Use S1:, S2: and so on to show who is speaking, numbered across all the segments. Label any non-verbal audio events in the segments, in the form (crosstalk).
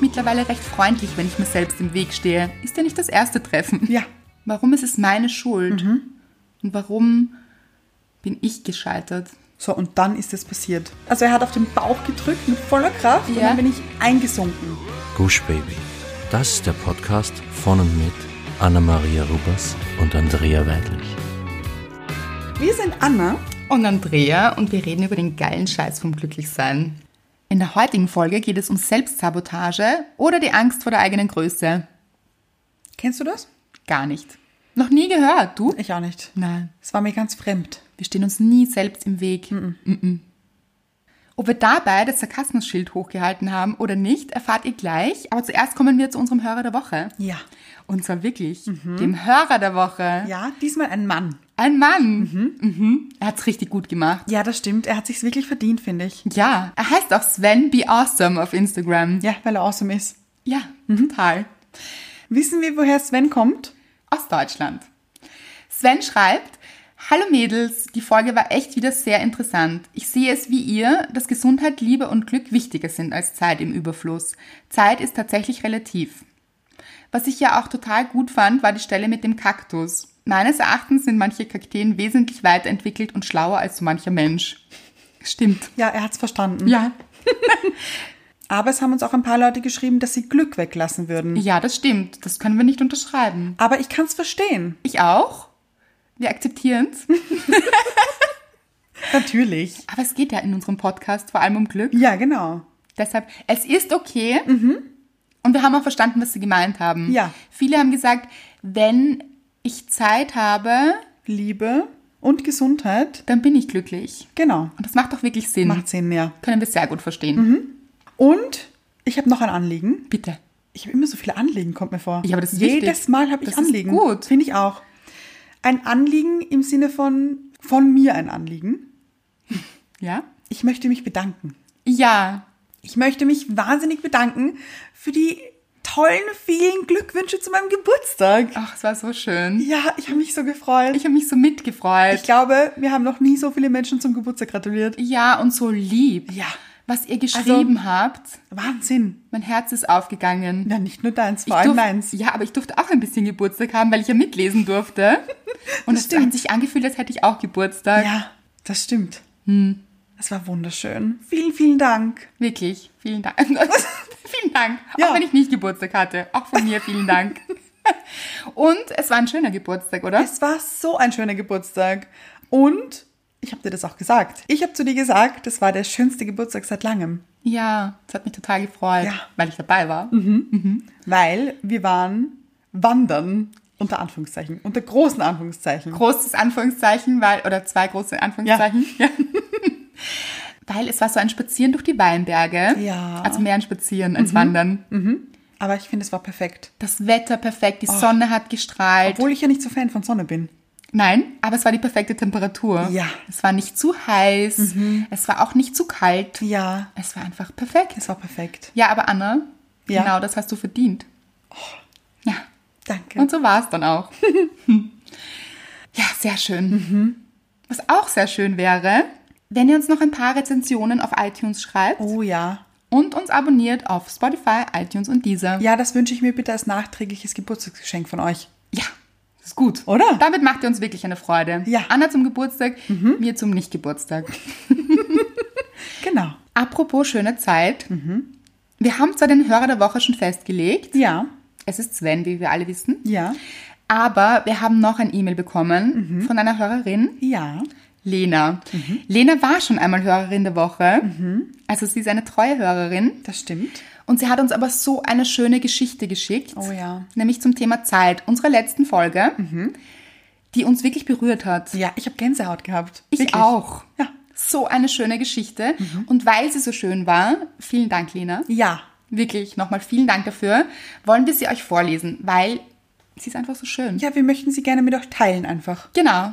S1: mittlerweile recht freundlich, wenn ich mir selbst im Weg stehe. Ist ja nicht das erste Treffen.
S2: Ja.
S1: Warum ist es meine Schuld? Und warum bin ich gescheitert?
S2: So, und dann ist es passiert. Also er hat auf den Bauch gedrückt mit voller Kraft und
S1: Ja.
S2: dann bin ich eingesunken.
S3: Gush Baby. Das ist der Podcast von und mit Anna-Maria Rubers und Andrea Weidlich.
S2: Wir sind Anna.
S1: Und Andrea und wir reden über den geilen Scheiß vom Glücklichsein. In der heutigen Folge geht es um Selbstsabotage oder die Angst vor der eigenen Größe.
S2: Kennst du das?
S1: Gar nicht. Noch nie gehört, du?
S2: Ich auch nicht.
S1: Nein.
S2: Es war mir ganz fremd.
S1: Wir stehen uns nie selbst im Weg. Mhm. Ob wir dabei das Sarkasmusschild hochgehalten haben oder nicht, erfahrt ihr gleich. Aber zuerst kommen wir zu unserem Hörer der Woche.
S2: Ja.
S1: Und zwar wirklich dem Hörer der Woche.
S2: Mhm. Ja, diesmal ein Mann.
S1: Ein Mann. Mhm. Er hat's richtig gut gemacht.
S2: Ja, das stimmt. Er hat sich's wirklich verdient, finde ich.
S1: Ja, er heißt auch Sven Be Awesome auf Instagram.
S2: Ja, Mhm. weil er awesome ist.
S1: Ja, total.
S2: Wissen wir, woher Sven kommt?
S1: Aus Deutschland. Sven schreibt, Hallo Mädels, die Folge war echt wieder sehr interessant. Ich sehe es wie ihr, dass Gesundheit, Liebe und Glück wichtiger sind als Zeit im Überfluss. Zeit ist tatsächlich relativ. Was ich ja auch total gut fand, war die Stelle mit dem Kaktus. Meines Erachtens sind manche Kakteen wesentlich weiterentwickelt und schlauer als so mancher Mensch. Stimmt.
S2: Ja, er hat's verstanden.
S1: Ja,
S2: Aber es haben uns auch ein paar Leute geschrieben, dass sie Glück weglassen würden.
S1: ja, das stimmt. Das können wir nicht unterschreiben.
S2: Aber ich kann's verstehen.
S1: Ich auch. Wir akzeptieren's.
S2: Natürlich.
S1: Aber es geht ja in unserem Podcast vor allem um Glück.
S2: Ja, genau.
S1: Deshalb, es ist okay. Und wir haben auch verstanden, was sie gemeint haben.
S2: Mhm. Ja.
S1: Viele haben gesagt, wenn ich Zeit habe,
S2: Liebe und Gesundheit.
S1: dann bin ich glücklich.
S2: Genau.
S1: Und das macht doch wirklich Sinn.
S2: Macht Sinn, ja.
S1: Können wir sehr gut verstehen.
S2: Mhm. Und ich habe noch ein Anliegen.
S1: Bitte.
S2: Ich habe immer so viele Anliegen, kommt mir vor.
S1: Ja, aber das ist
S2: Jedes
S1: wichtig.
S2: Mal habe ich
S1: Das ist
S2: Anliegen.
S1: gut.
S2: Finde ich auch. Ein Anliegen im Sinne von von mir ein Anliegen.
S1: Ja?
S2: Ich möchte mich bedanken.
S1: Ja.
S2: Ich möchte mich wahnsinnig bedanken für die tollen, vielen Glückwünsche zu meinem Geburtstag.
S1: Ach, es war so schön.
S2: Ja, ich habe mich so gefreut.
S1: Ich habe mich so mitgefreut.
S2: Ich glaube, wir haben noch nie so viele Menschen zum Geburtstag gratuliert.
S1: ja, und so lieb.
S2: Ja.
S1: Was ihr geschrieben habt,
S2: Wahnsinn.
S1: mein Herz ist aufgegangen.
S2: Ja, nicht nur deins, vor
S1: Ich
S2: allem
S1: durf-
S2: meins.
S1: Ja, aber ich durfte auch ein bisschen Geburtstag haben, weil ich ja mitlesen
S2: (laughs)
S1: durfte. Und es hat sich angefühlt, als hätte ich auch Geburtstag.
S2: Ja, das stimmt.
S1: Hm.
S2: Es war wunderschön. Vielen, vielen Dank.
S1: Wirklich. Vielen Dank. (laughs) vielen Dank.
S2: Ja.
S1: Auch wenn ich nicht Geburtstag hatte. Auch von mir vielen
S2: (laughs)
S1: Dank. Und es war ein schöner Geburtstag, oder?
S2: Es war so ein schöner Geburtstag. Und ich habe dir das auch gesagt. Ich habe zu dir gesagt, das war der schönste Geburtstag seit langem.
S1: ja, es hat mich total gefreut,
S2: Ja. Mhm.
S1: weil ich dabei war.
S2: Weil wir waren wandern, unter Anführungszeichen, unter großen Anführungszeichen.
S1: Großes Anführungszeichen, weil, oder zwei große Anführungszeichen. Ja. (laughs) weil es war so ein Spazieren durch die Weinberge.
S2: Ja. Mhm.
S1: Also mehr ein Spazieren als Wandern.
S2: Aber ich finde, es war perfekt.
S1: Das Wetter perfekt, die Sonne hat gestrahlt.
S2: Oh. Obwohl ich ja nicht so Fan von Sonne bin.
S1: Nein, aber es war die perfekte Temperatur.
S2: Ja. Mhm.
S1: Es war nicht zu heiß, es war auch nicht zu kalt.
S2: Ja,
S1: Es war einfach perfekt.
S2: es war perfekt.
S1: Ja, aber Anna,
S2: Ja. Oh.
S1: genau das hast du verdient. Ja,
S2: Danke.
S1: und so war es dann auch. (laughs) ja, sehr schön.
S2: Mhm.
S1: Was auch sehr schön wäre, wenn ihr uns noch ein paar Rezensionen auf iTunes schreibt
S2: oh ja.
S1: und uns abonniert auf Spotify, iTunes und Deezer.
S2: Ja, das wünsche ich mir bitte als nachträgliches Geburtstagsgeschenk von euch.
S1: Ja, ist gut.
S2: Oder?
S1: Damit macht ihr uns wirklich eine Freude.
S2: Ja. Mhm.
S1: Anna zum Geburtstag, mir zum Nicht-Geburtstag.
S2: Genau.
S1: Apropos schöne Zeit. Wir haben zwar den Hörer der Woche schon festgelegt.
S2: Mhm. Ja.
S1: Es ist Sven, wie wir alle wissen.
S2: Ja.
S1: Aber wir haben noch ein E-Mail bekommen
S2: Mhm.
S1: von einer Hörerin,
S2: Ja.
S1: Lena.
S2: Mhm.
S1: Lena war schon einmal Hörerin der Woche. Also sie ist eine treue Hörerin.
S2: Das stimmt.
S1: Und sie hat uns aber so eine schöne Geschichte geschickt.
S2: Oh ja. Mhm.
S1: Nämlich zum Thema Zeit, unserer letzten Folge, die uns wirklich berührt hat.
S2: Ja, ich habe Gänsehaut gehabt.
S1: Ich
S2: Wirklich.
S1: auch.
S2: Ja. Mhm.
S1: So eine schöne Geschichte. Und weil sie so schön war, vielen Dank, Lena.
S2: Ja.
S1: Wirklich, nochmal vielen Dank dafür. Wollen wir sie euch vorlesen, weil sie ist einfach so schön.
S2: Ja, wir möchten sie gerne mit euch teilen einfach.
S1: Genau.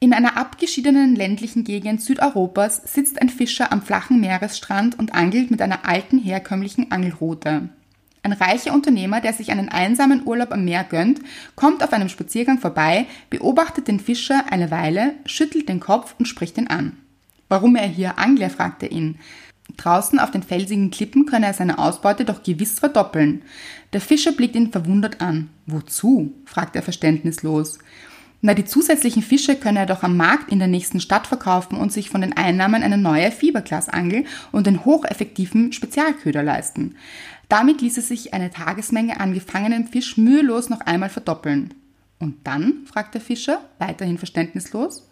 S1: In einer abgeschiedenen ländlichen Gegend Südeuropas sitzt ein Fischer am flachen Meeresstrand und angelt mit einer alten herkömmlichen Angelrute. Ein reicher Unternehmer, der sich einen einsamen Urlaub am Meer gönnt, kommt auf einem Spaziergang vorbei, beobachtet den Fischer eine Weile, schüttelt den Kopf und spricht ihn an. Warum er hier angle, fragt er ihn. Draußen auf den felsigen Klippen könne er seine Ausbeute doch gewiss verdoppeln. Der Fischer blickt ihn verwundert an. Wozu? fragt er verständnislos. Na, die zusätzlichen Fische könne er doch am Markt in der nächsten Stadt verkaufen und sich von den Einnahmen eine neue Fiberglasangel und den hocheffektiven Spezialköder leisten. Damit ließe sich eine Tagesmenge an gefangenem Fisch mühelos noch einmal verdoppeln. Und dann? fragt der Fischer, weiterhin verständnislos.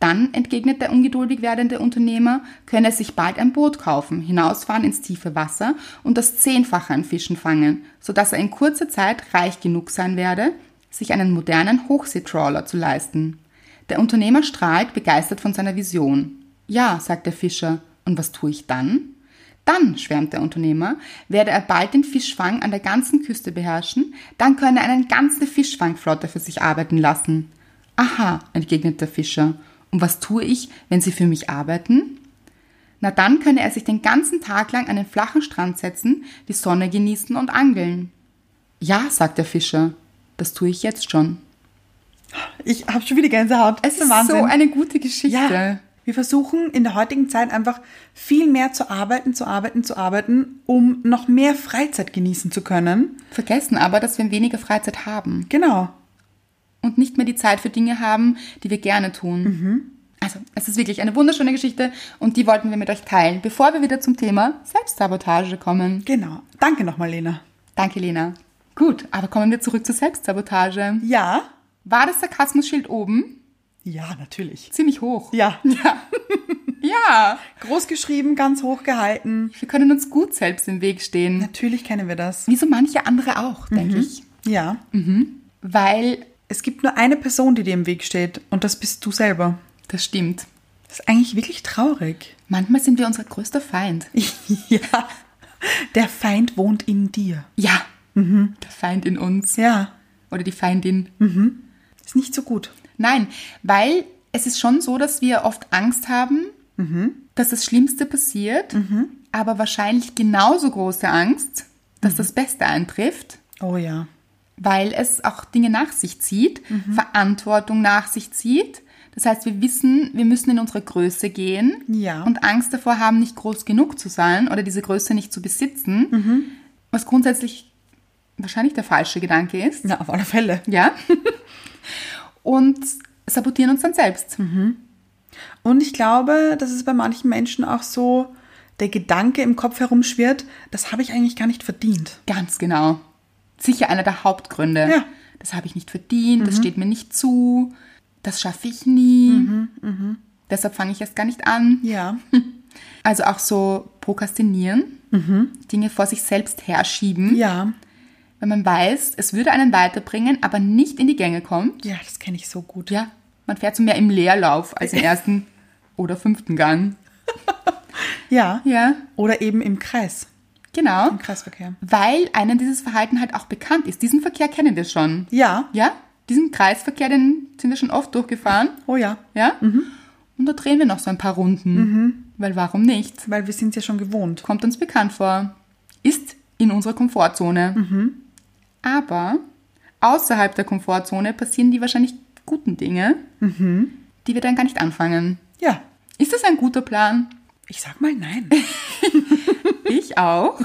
S1: Dann, entgegnet der ungeduldig werdende Unternehmer, könne er sich bald ein Boot kaufen, hinausfahren ins tiefe Wasser und das Zehnfache an Fischen fangen, sodass er in kurzer Zeit reich genug sein werde, sich einen modernen Hochseetrawler zu leisten. Der Unternehmer strahlt begeistert von seiner Vision. Ja, sagt der Fischer, und was tue ich dann? Dann, schwärmt der Unternehmer, werde er bald den Fischfang an der ganzen Küste beherrschen, dann könne er eine ganze Fischfangflotte für sich arbeiten lassen. Aha, entgegnet der Fischer, und was tue ich, wenn sie für mich arbeiten? Na dann könne er sich den ganzen Tag lang an den flachen Strand setzen, die Sonne genießen und angeln. Ja, sagt der Fischer, das tue ich jetzt schon.
S2: Ich habe schon wieder Gänsehaut.
S1: Es ist so eine gute Geschichte.
S2: ja. Wir versuchen in der heutigen Zeit einfach viel mehr zu arbeiten, zu arbeiten, zu arbeiten, um noch mehr Freizeit genießen zu können.
S1: Vergessen aber, dass wir weniger Freizeit haben
S2: Genau.
S1: und nicht mehr die Zeit für Dinge haben, die wir gerne tun.
S2: Mhm.
S1: Also, es ist wirklich eine wunderschöne Geschichte und die wollten wir mit euch teilen, bevor wir wieder zum Thema Selbstsabotage kommen.
S2: Genau. Danke nochmal, Lena.
S1: Danke, Lena. Gut, aber kommen wir zurück zur Selbstsabotage.
S2: Ja.
S1: War das Sarkasmusschild oben?
S2: Ja, natürlich.
S1: Ziemlich hoch.
S2: Ja.
S1: Ja. ja.
S2: Groß geschrieben, ganz hoch gehalten.
S1: Wir können uns gut selbst im Weg stehen.
S2: Natürlich kennen wir das.
S1: Wie so manche andere
S2: Mhm.
S1: auch, denke ich.
S2: Ja.
S1: Weil,
S2: Es gibt nur eine Person, die dir im Weg steht und das bist du selber.
S1: das stimmt.
S2: Das ist eigentlich wirklich traurig. (laughs)
S1: Manchmal sind wir unser größter Feind.
S2: ja. Der Feind wohnt in dir.
S1: Ja. Der Feind in uns.
S2: Mhm. Ja.
S1: Oder die Feindin.
S2: Ist nicht so gut.
S1: Nein, weil es ist schon so, dass wir oft Angst haben, dass das Schlimmste passiert, aber wahrscheinlich genauso große Angst, dass das Beste eintrifft,
S2: Oh ja.
S1: weil es auch Dinge nach sich zieht, Verantwortung nach sich zieht. Das heißt, wir wissen, wir müssen in unsere Größe gehen
S2: Ja.
S1: und Angst davor haben, nicht groß genug zu sein oder diese Größe nicht zu besitzen, was grundsätzlich wahrscheinlich der falsche Gedanke ist.
S2: Na, auf alle Fälle.
S1: Ja. (laughs) Und sabotieren uns dann selbst.
S2: Und ich glaube, dass es bei manchen Menschen auch so der Gedanke im Kopf herumschwirrt, das habe ich eigentlich gar nicht verdient.
S1: Ganz genau. Sicher einer der Hauptgründe.
S2: Ja. Mhm.
S1: Das habe ich nicht verdient, das steht mir nicht zu, das schaffe ich nie.
S2: Mhm,
S1: Deshalb fange ich erst gar nicht an.
S2: (laughs) Ja.
S1: Also auch so prokrastinieren, Dinge vor sich selbst herschieben,
S2: Mhm. Ja.
S1: wenn man weiß, es würde einen weiterbringen, aber nicht in die Gänge kommt.
S2: Ja, das kenne ich so gut.
S1: Ja, man fährt so mehr im Leerlauf als im ersten oder fünften Gang.
S2: Ja.
S1: Ja,
S2: Oder eben im Kreis,
S1: genau.
S2: im Kreisverkehr.
S1: Weil einem dieses Verhalten halt auch bekannt ist. Diesen Verkehr kennen wir schon.
S2: Ja.
S1: Ja? Diesen Kreisverkehr, den sind wir schon oft durchgefahren.
S2: Oh ja.
S1: Ja? Und da drehen wir noch so ein paar Runden. Weil warum nicht?
S2: Weil wir sind es ja schon gewohnt.
S1: Kommt uns bekannt vor. Ist in unserer Komfortzone. Aber außerhalb der Komfortzone passieren die wahrscheinlich guten Dinge, die wir dann gar nicht anfangen.
S2: Ja.
S1: Ist das ein guter Plan?
S2: Ich sag mal nein.
S1: Ich auch.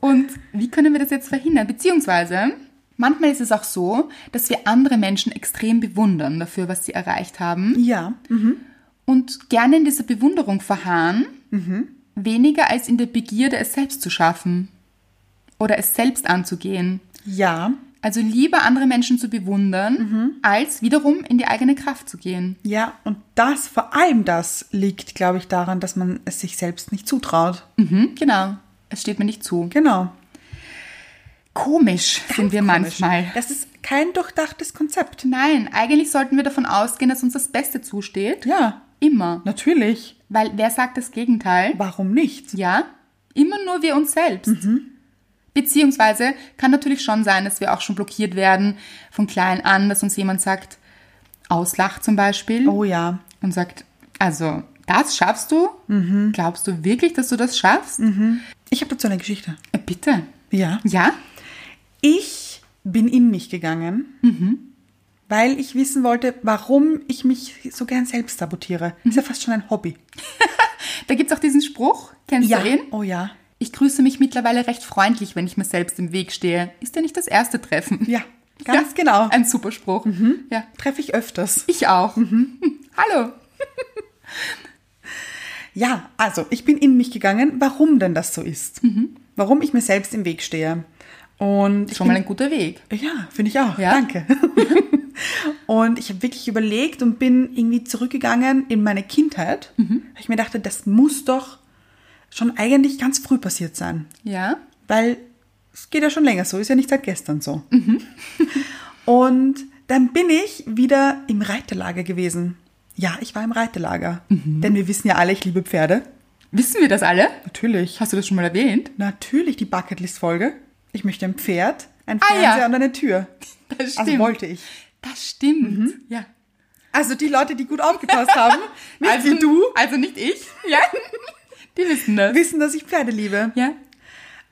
S1: Und wie können wir das jetzt verhindern? Beziehungsweise, manchmal ist es auch so, dass wir andere Menschen extrem bewundern dafür, was sie erreicht haben
S2: ja.
S1: und gerne in dieser Bewunderung verharren, weniger als in der Begierde, es selbst zu schaffen oder es selbst anzugehen.
S2: Ja.
S1: Also lieber andere Menschen zu bewundern, als wiederum in die eigene Kraft zu gehen.
S2: Ja. Und das, vor allem das, liegt, glaube ich, daran, dass man es sich selbst nicht zutraut.
S1: Mhm, genau. Es steht mir nicht zu.
S2: Genau.
S1: Komisch sind wir
S2: Komisch.
S1: manchmal.
S2: Das ist kein durchdachtes Konzept.
S1: Nein, eigentlich sollten wir davon ausgehen, dass uns das Beste zusteht.
S2: Ja.
S1: Immer.
S2: Natürlich.
S1: Weil wer sagt das Gegenteil?
S2: Warum nicht?
S1: Ja, immer nur wir uns selbst.
S2: Mhm.
S1: Beziehungsweise kann natürlich schon sein, dass wir auch schon blockiert werden von klein an, dass uns jemand sagt, auslacht zum Beispiel
S2: Oh ja.
S1: und sagt, also das schaffst du?
S2: Mhm.
S1: Glaubst du wirklich, dass du das schaffst?
S2: Ich habe dazu eine Geschichte.
S1: Äh, Bitte.
S2: Ja.
S1: Ja?
S2: Ich bin in mich gegangen,
S1: Mhm.
S2: weil ich
S1: Mhm.
S2: wissen wollte, warum ich mich so gern selbst sabotiere. Ist ja fast schon ein Hobby.
S1: Da gibt es auch diesen Spruch, kennst
S2: Ja.
S1: du ihn?
S2: Oh ja.
S1: Ich grüße mich mittlerweile recht freundlich, wenn ich mir selbst im Weg stehe. Ist ja nicht das erste Treffen.
S2: Ja,
S1: (laughs)
S2: ganz genau. Mhm.
S1: Ein super Spruch. Ja,
S2: Treffe ich öfters.
S1: ich auch.
S2: Mhm.
S1: Hallo.
S2: Ja, also ich bin in mich gegangen, warum denn das so ist. Warum ich mir selbst im Weg stehe. Und ich
S1: Mhm. Schon mal ein guter Weg.
S2: Ja, finde ich auch.
S1: Ja?
S2: Danke. (laughs) und ich habe wirklich überlegt und bin irgendwie zurückgegangen in meine Kindheit,
S1: Mhm.
S2: weil ich mir dachte, das muss doch schon eigentlich ganz früh passiert sein.
S1: Ja.
S2: Weil es geht ja schon länger so, ist ja nicht seit gestern so.
S1: Mhm.
S2: (laughs) und dann bin ich wieder im Reiterlager gewesen. Ja, ich war im Reiterlager.
S1: Mhm.
S2: Denn wir wissen ja alle, ich liebe Pferde.
S1: Wissen wir das alle?
S2: Natürlich.
S1: Hast du das schon mal erwähnt?
S2: Natürlich die Bucketlist-Folge. Ich möchte ein Pferd, ein
S1: Ah, ja.
S2: Fernseher und eine Tür.
S1: Das stimmt.
S2: Also wollte ich.
S1: Das stimmt.
S2: Mhm.
S1: Ja.
S2: Also die Leute, die gut aufgepasst haben, (laughs) nicht
S1: also
S2: wie du,
S1: Also nicht ich. Ja. (laughs) Die wissen das.
S2: wissen, dass ich Pferde liebe.
S1: Ja.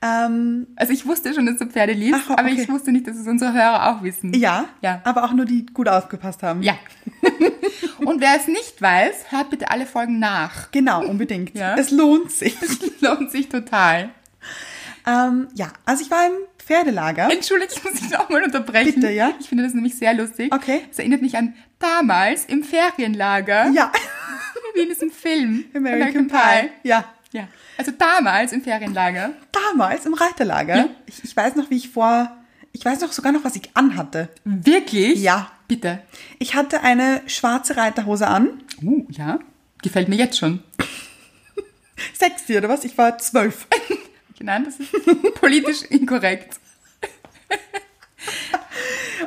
S2: Ähm,
S1: Also ich wusste schon, dass du Pferde liebst,
S2: Ach,
S1: aber
S2: okay.
S1: ich wusste nicht, dass es unsere Hörer auch wissen.
S2: ja,
S1: Ja.
S2: aber auch nur die gut aufgepasst haben.
S1: Ja. (laughs) Und wer es nicht weiß, hört bitte alle Folgen nach. (laughs)
S2: Genau, (laughs) unbedingt.
S1: Ja.
S2: Es lohnt sich.
S1: Das lohnt sich total.
S2: Ähm, ja, also ich war im Pferdelager. (laughs)
S1: Entschuldigt, ich muss dich nochmal unterbrechen.
S2: Bitte, ja?
S1: Ich finde das nämlich sehr lustig.
S2: Okay.
S1: Es erinnert mich an damals im Ferienlager.
S2: Ja,
S1: Wie in diesem Film.
S2: (laughs) American Pie. Ja,
S1: Ja. Also damals im Ferienlager.
S2: damals im Reiterlager.
S1: Ja.
S2: Ich, ich weiß noch, wie ich vor... Ich weiß noch sogar noch, was ich anhatte.
S1: Wirklich?
S2: Ja.
S1: Bitte.
S2: Ich hatte eine schwarze Reiterhose an.
S1: Uh, ja. Gefällt mir jetzt schon.
S2: Sexy, oder was? Ich war (laughs) zwölf.
S1: Nein,
S2: (laughs)
S1: das ist politisch inkorrekt.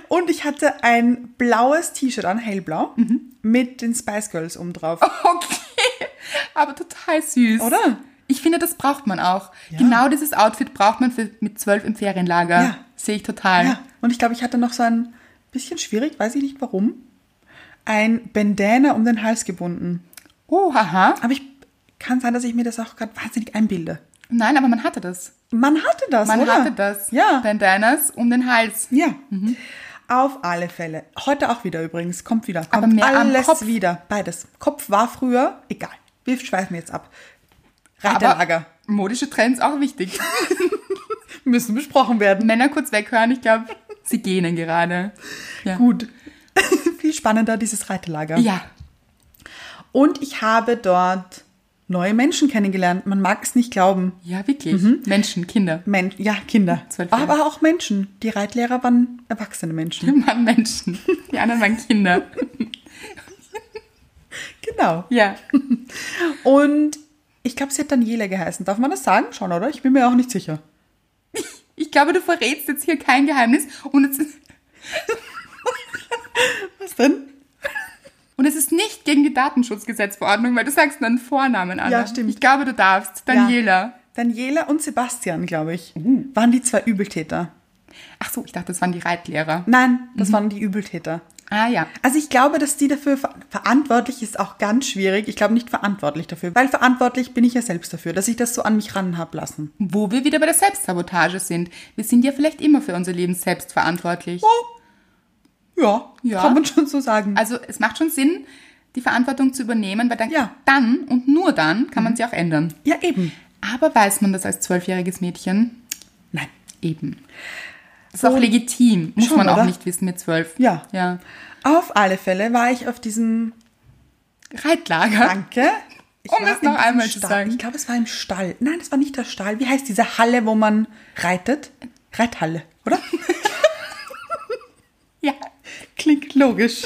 S2: Und ich hatte ein blaues T-Shirt an, hellblau, mit den Spice Girls oben drauf.
S1: Okay. Aber total süß.
S2: Oder?
S1: Ich finde, das braucht man auch. Genau dieses Outfit braucht man für, mit zwölf im Ferienlager.
S2: Ja.
S1: Sehe ich total.
S2: Ja, und ich glaube, ich hatte noch so ein bisschen schwierig, weiß ich nicht warum, ein Bandana um den Hals gebunden.
S1: Oh, haha.
S2: Aber ich kann sein, dass ich mir das auch gerade wahnsinnig einbilde.
S1: Nein, aber man hatte das.
S2: Man hatte das,
S1: Man
S2: oder?
S1: hatte das. Mhm.
S2: Ja.
S1: Bandanas um den Hals.
S2: ja. Auf alle Fälle. Heute auch wieder übrigens. Kommt wieder. Kommt
S1: Aber mehr am
S2: alles
S1: Kopf.
S2: wieder. Beides. Kopf war früher, egal. Wir schweifen jetzt ab. Reiterlager.
S1: Aber modische Trends auch wichtig.
S2: müssen besprochen werden.
S1: Männer kurz weghören, ich glaube, sie gähnen gerade. Ja.
S2: Gut. (laughs) Viel spannender, dieses Reiterlager.
S1: Ja.
S2: Und ich habe dort neue Menschen kennengelernt. Man mag es nicht glauben.
S1: Ja, wirklich.
S2: Mhm.
S1: Menschen, Kinder.
S2: Men ja, Kinder.
S1: Zwölf Jahre.
S2: Aber auch Menschen. Die Reitlehrer waren erwachsene Menschen.
S1: Mann, Menschen. Die anderen waren Kinder.
S2: (laughs) Genau.
S1: Ja.
S2: Und ich glaube, sie hat Daniela geheißen. Darf man das sagen? Schon, oder? Ich bin mir auch nicht sicher.
S1: Ich glaube, du verrätst jetzt hier kein Geheimnis und es, ist-
S2: Was denn?
S1: und es ist nicht gegen die Datenschutzgesetzverordnung, weil du sagst nur einen Vornamen an.
S2: Ja, stimmt.
S1: Ich glaube, du darfst. Daniela.
S2: Ja. Daniela Uh. und Sebastian, glaube ich, waren die zwei Übeltäter.
S1: Ach so, ich dachte, das waren die Reitlehrer.
S2: Nein, das waren die Übeltäter.
S1: Ah ja.
S2: Also ich glaube, dass die dafür ver verantwortlich ist, auch ganz schwierig. Ich glaube nicht verantwortlich dafür, weil verantwortlich bin ich ja selbst dafür, dass ich das so an mich ran habe lassen.
S1: Wo wir wieder bei der Selbstsabotage sind. Wir sind ja vielleicht immer für unser Leben selbst verantwortlich.
S2: Ja,
S1: Ja.
S2: kann man schon so sagen.
S1: Also es macht schon Sinn, die Verantwortung zu übernehmen, weil dann,
S2: Ja. Mhm.
S1: dann und nur dann kann man sie auch ändern.
S2: ja, eben.
S1: Aber weiß man das als zwölfjähriges Mädchen?
S2: Nein.
S1: Eben. Das ist auch legitim. Muss
S2: schon,
S1: man auch
S2: oder?
S1: nicht wissen mit zwölf.
S2: Ja.
S1: ja.
S2: Auf alle Fälle war ich auf diesem
S1: Reitlager.
S2: Danke. Ich
S1: Um
S2: war
S1: es
S2: in
S1: noch
S2: diesem
S1: einmal zu
S2: Stall.
S1: sagen.
S2: Ich glaube, es war im Stall. Nein, es war nicht der Stall. Wie heißt diese Halle, wo man reitet? Reithalle,
S1: (laughs)
S2: oder?
S1: Ja.
S2: Klingt logisch.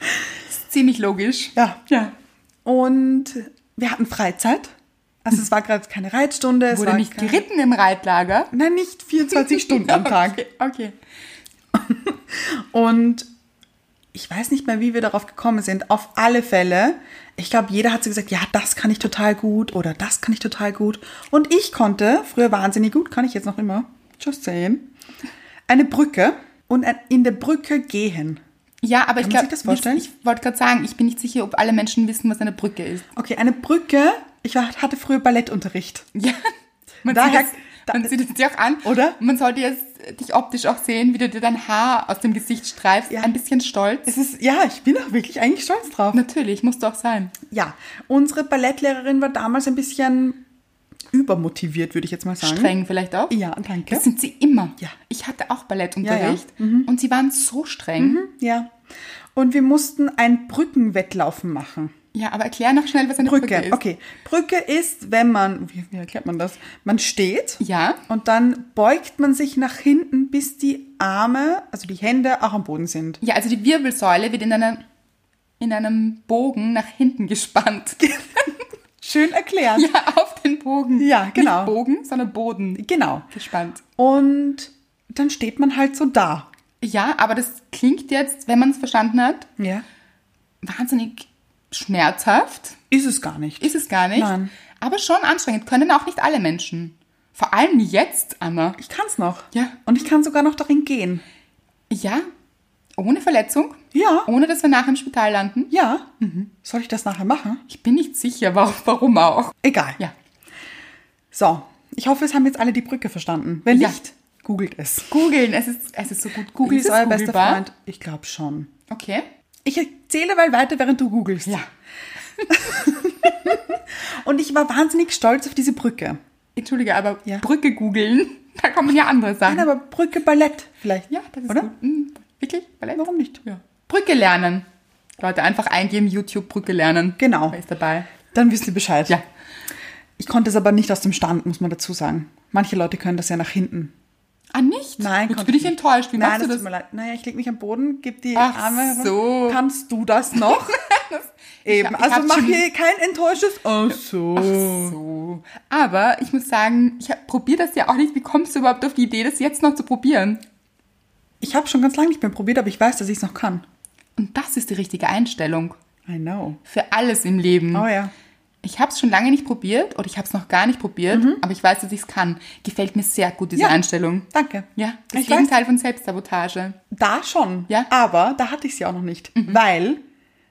S1: Das ist ziemlich logisch.
S2: Ja.
S1: Ja.
S2: Und wir hatten Freizeit. Also es war gerade keine Reitstunde. Es
S1: Wurde
S2: war
S1: nicht
S2: kein-
S1: geritten im Reitlager.
S2: Nein,
S1: (laughs)
S2: nicht 24 Stunden am Tag.
S1: Okay. okay.
S2: Und ich weiß nicht mehr, wie wir darauf gekommen sind. Auf alle Fälle, ich glaube, jeder hat so gesagt, ja, das kann ich total gut oder das kann ich total gut. Und ich konnte, früher wahnsinnig gut, kann ich jetzt noch immer, just saying, eine Brücke und ein- in der Brücke gehen.
S1: Ja, aber ich
S2: man sich
S1: glaube,
S2: das vorstellen?
S1: ich, ich wollte gerade sagen, ich bin nicht sicher, ob alle Menschen wissen, was eine Brücke ist.
S2: Okay, eine Brücke, ich war, hatte früher Ballettunterricht.
S1: Ja. Man
S2: Daher
S1: sieht das Man sieht es dir auch an.
S2: Oder?
S1: Man sollte jetzt dich optisch auch sehen, wie du dir dein Haar aus dem Gesicht streifst.
S2: Ja.
S1: Ein bisschen stolz.
S2: Es ist, ja, ich bin auch wirklich eigentlich stolz drauf.
S1: Natürlich, musst du auch sein.
S2: Ja, unsere Ballettlehrerin war damals ein bisschen übermotiviert, würde ich jetzt mal sagen.
S1: Streng vielleicht auch.
S2: Ja, danke.
S1: Das sind sie immer.
S2: Ja. Mhm.
S1: Ich hatte auch Ballettunterricht
S2: Ja,
S1: und sie waren so streng.
S2: Ja. Und wir mussten ein Brückenwettlaufen machen.
S1: Ja, aber erklär noch schnell, was eine Brücke,
S2: Brücke,
S1: ist.
S2: okay. Brücke ist, wenn man, wie, wie erklärt man das? Man steht
S1: Ja.
S2: und dann beugt man sich nach hinten, bis die Arme, also die Hände auch am Boden sind.
S1: Ja, also die Wirbelsäule wird in, einer, in einem Bogen nach hinten
S2: (laughs)
S1: gespannt.
S2: Schön erklärt.
S1: ja, auf den Bogen.
S2: Ja, genau.
S1: Nicht Bogen, sondern Boden.
S2: Genau.
S1: Gespannt.
S2: Und dann steht man halt so da.
S1: Ja, aber das klingt jetzt, wenn man es verstanden hat,
S2: Ja.
S1: wahnsinnig schmerzhaft.
S2: Ist es gar nicht.
S1: Ist es gar nicht.
S2: Nein.
S1: Aber schon anstrengend. Können auch nicht alle Menschen. Vor allem jetzt, Anna.
S2: Ich kann es noch.
S1: Ja.
S2: Und ich kann sogar noch darin gehen.
S1: Ja, ohne Verletzung.
S2: Ja.
S1: Ohne, dass wir nachher im Spital landen.
S2: Ja.
S1: Mhm.
S2: Soll ich das nachher machen?
S1: Ich bin nicht sicher, warum, warum auch.
S2: Egal.
S1: Ja,
S2: So. Ich hoffe, es haben jetzt alle die Brücke verstanden. Wenn
S1: Ja.
S2: nicht, googelt es.
S1: googeln. Es ist, es ist so gut. Google
S2: Ist euer bester
S1: googelbar?
S2: Freund? Ich glaube schon.
S1: Okay.
S2: Ich erzähle mal weiter, während du googelst.
S1: Ja.
S2: (laughs) Und ich war wahnsinnig stolz auf diese Brücke.
S1: Entschuldige, aber
S2: Ja.
S1: Brücke googeln, (laughs) da kommen ja andere Sachen.
S2: Nein, aber Brücke Ballett vielleicht.
S1: ja, das ist
S2: Oder?
S1: gut. Mhm. Wirklich? Ballett?
S2: Warum nicht?
S1: Ja. Brücke lernen. Leute, einfach eingeben, YouTube Brücke lernen.
S2: Genau.
S1: Wer ist dabei?
S2: Dann wisst ihr Bescheid.
S1: Ja.
S2: Ich konnte es aber nicht aus dem Stand, muss man dazu sagen. Manche Leute können das ja nach hinten.
S1: Ah, nicht?
S2: konnte
S1: Jetzt bin ich enttäuscht. Wie
S2: Nein,
S1: machst
S2: das
S1: du
S2: tut mir
S1: das?
S2: leid. Naja, ich lege mich am Boden, gebe die
S1: Ach
S2: Arme herum.
S1: so.
S2: Kannst du
S1: (laughs)
S2: das noch? Eben.
S1: ich hab- ich
S2: also
S1: hab
S2: mach
S1: schon-
S2: hier kein enttäuschtes. Ach so.
S1: So. Aber ich muss sagen, ich probiere das ja auch nicht. Wie kommst du überhaupt auf die Idee, das jetzt noch zu probieren?
S2: Ich habe schon ganz lange nicht mehr probiert, aber ich weiß, dass ich es noch kann.
S1: Und das ist die richtige Einstellung
S2: I know.
S1: für alles im Leben.
S2: Oh ja.
S1: Ich habe es schon lange nicht probiert oder ich habe es noch gar nicht probiert, aber ich weiß, dass ich es kann. Gefällt mir sehr gut, diese
S2: Mhm. Ja.
S1: Einstellung.
S2: Danke.
S1: Ja, das
S2: ich weiß,
S1: Gegenteil von Selbstsabotage.
S2: Da schon.
S1: Ja. Mhm.
S2: Aber da hatte ich sie auch noch nicht. Weil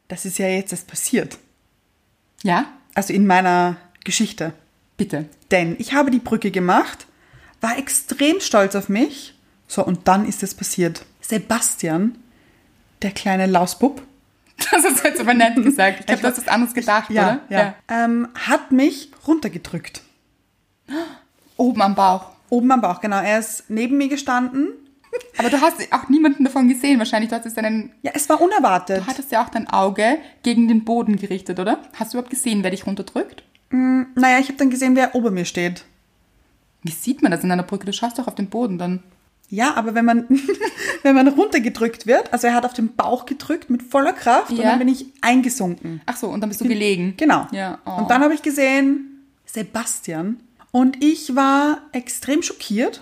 S2: das ist ja jetzt erst passiert.
S1: Ja,
S2: Also in meiner Geschichte.
S1: bitte. (laughs)
S2: Denn ich habe die Brücke gemacht, war extrem stolz auf mich. So, und dann ist es passiert. Sebastian, der kleine Lausbub,
S1: Das ist jetzt aber nett gesagt. Ich glaube,
S2: Ich
S1: du hast was anderes gedacht,
S2: ja,
S1: oder?
S2: ja. Ähm, hat mich runtergedrückt.
S1: Oben am Bauch.
S2: Oben am Bauch, genau. Er ist neben mir gestanden.
S1: Aber du hast auch niemanden davon gesehen wahrscheinlich. Du, hast jetzt deinen,
S2: Ja, es war unerwartet.
S1: du hattest ja auch dein Auge gegen den Boden gerichtet, oder? Hast du überhaupt gesehen, wer dich runterdrückt?
S2: Hm, Naja, ich habe dann gesehen, wer ober mir steht.
S1: Wie sieht man das in einer Brücke? Du schaust doch auf den Boden dann.
S2: Ja, aber wenn man, (laughs) wenn man runtergedrückt wird, also er hat auf den Bauch gedrückt mit voller Kraft und
S1: Ja.
S2: dann bin ich eingesunken.
S1: Ach so, und dann bist du gelegen.
S2: Genau.
S1: Ja. oh.
S2: Und dann habe ich gesehen, Sebastian. Und ich war extrem schockiert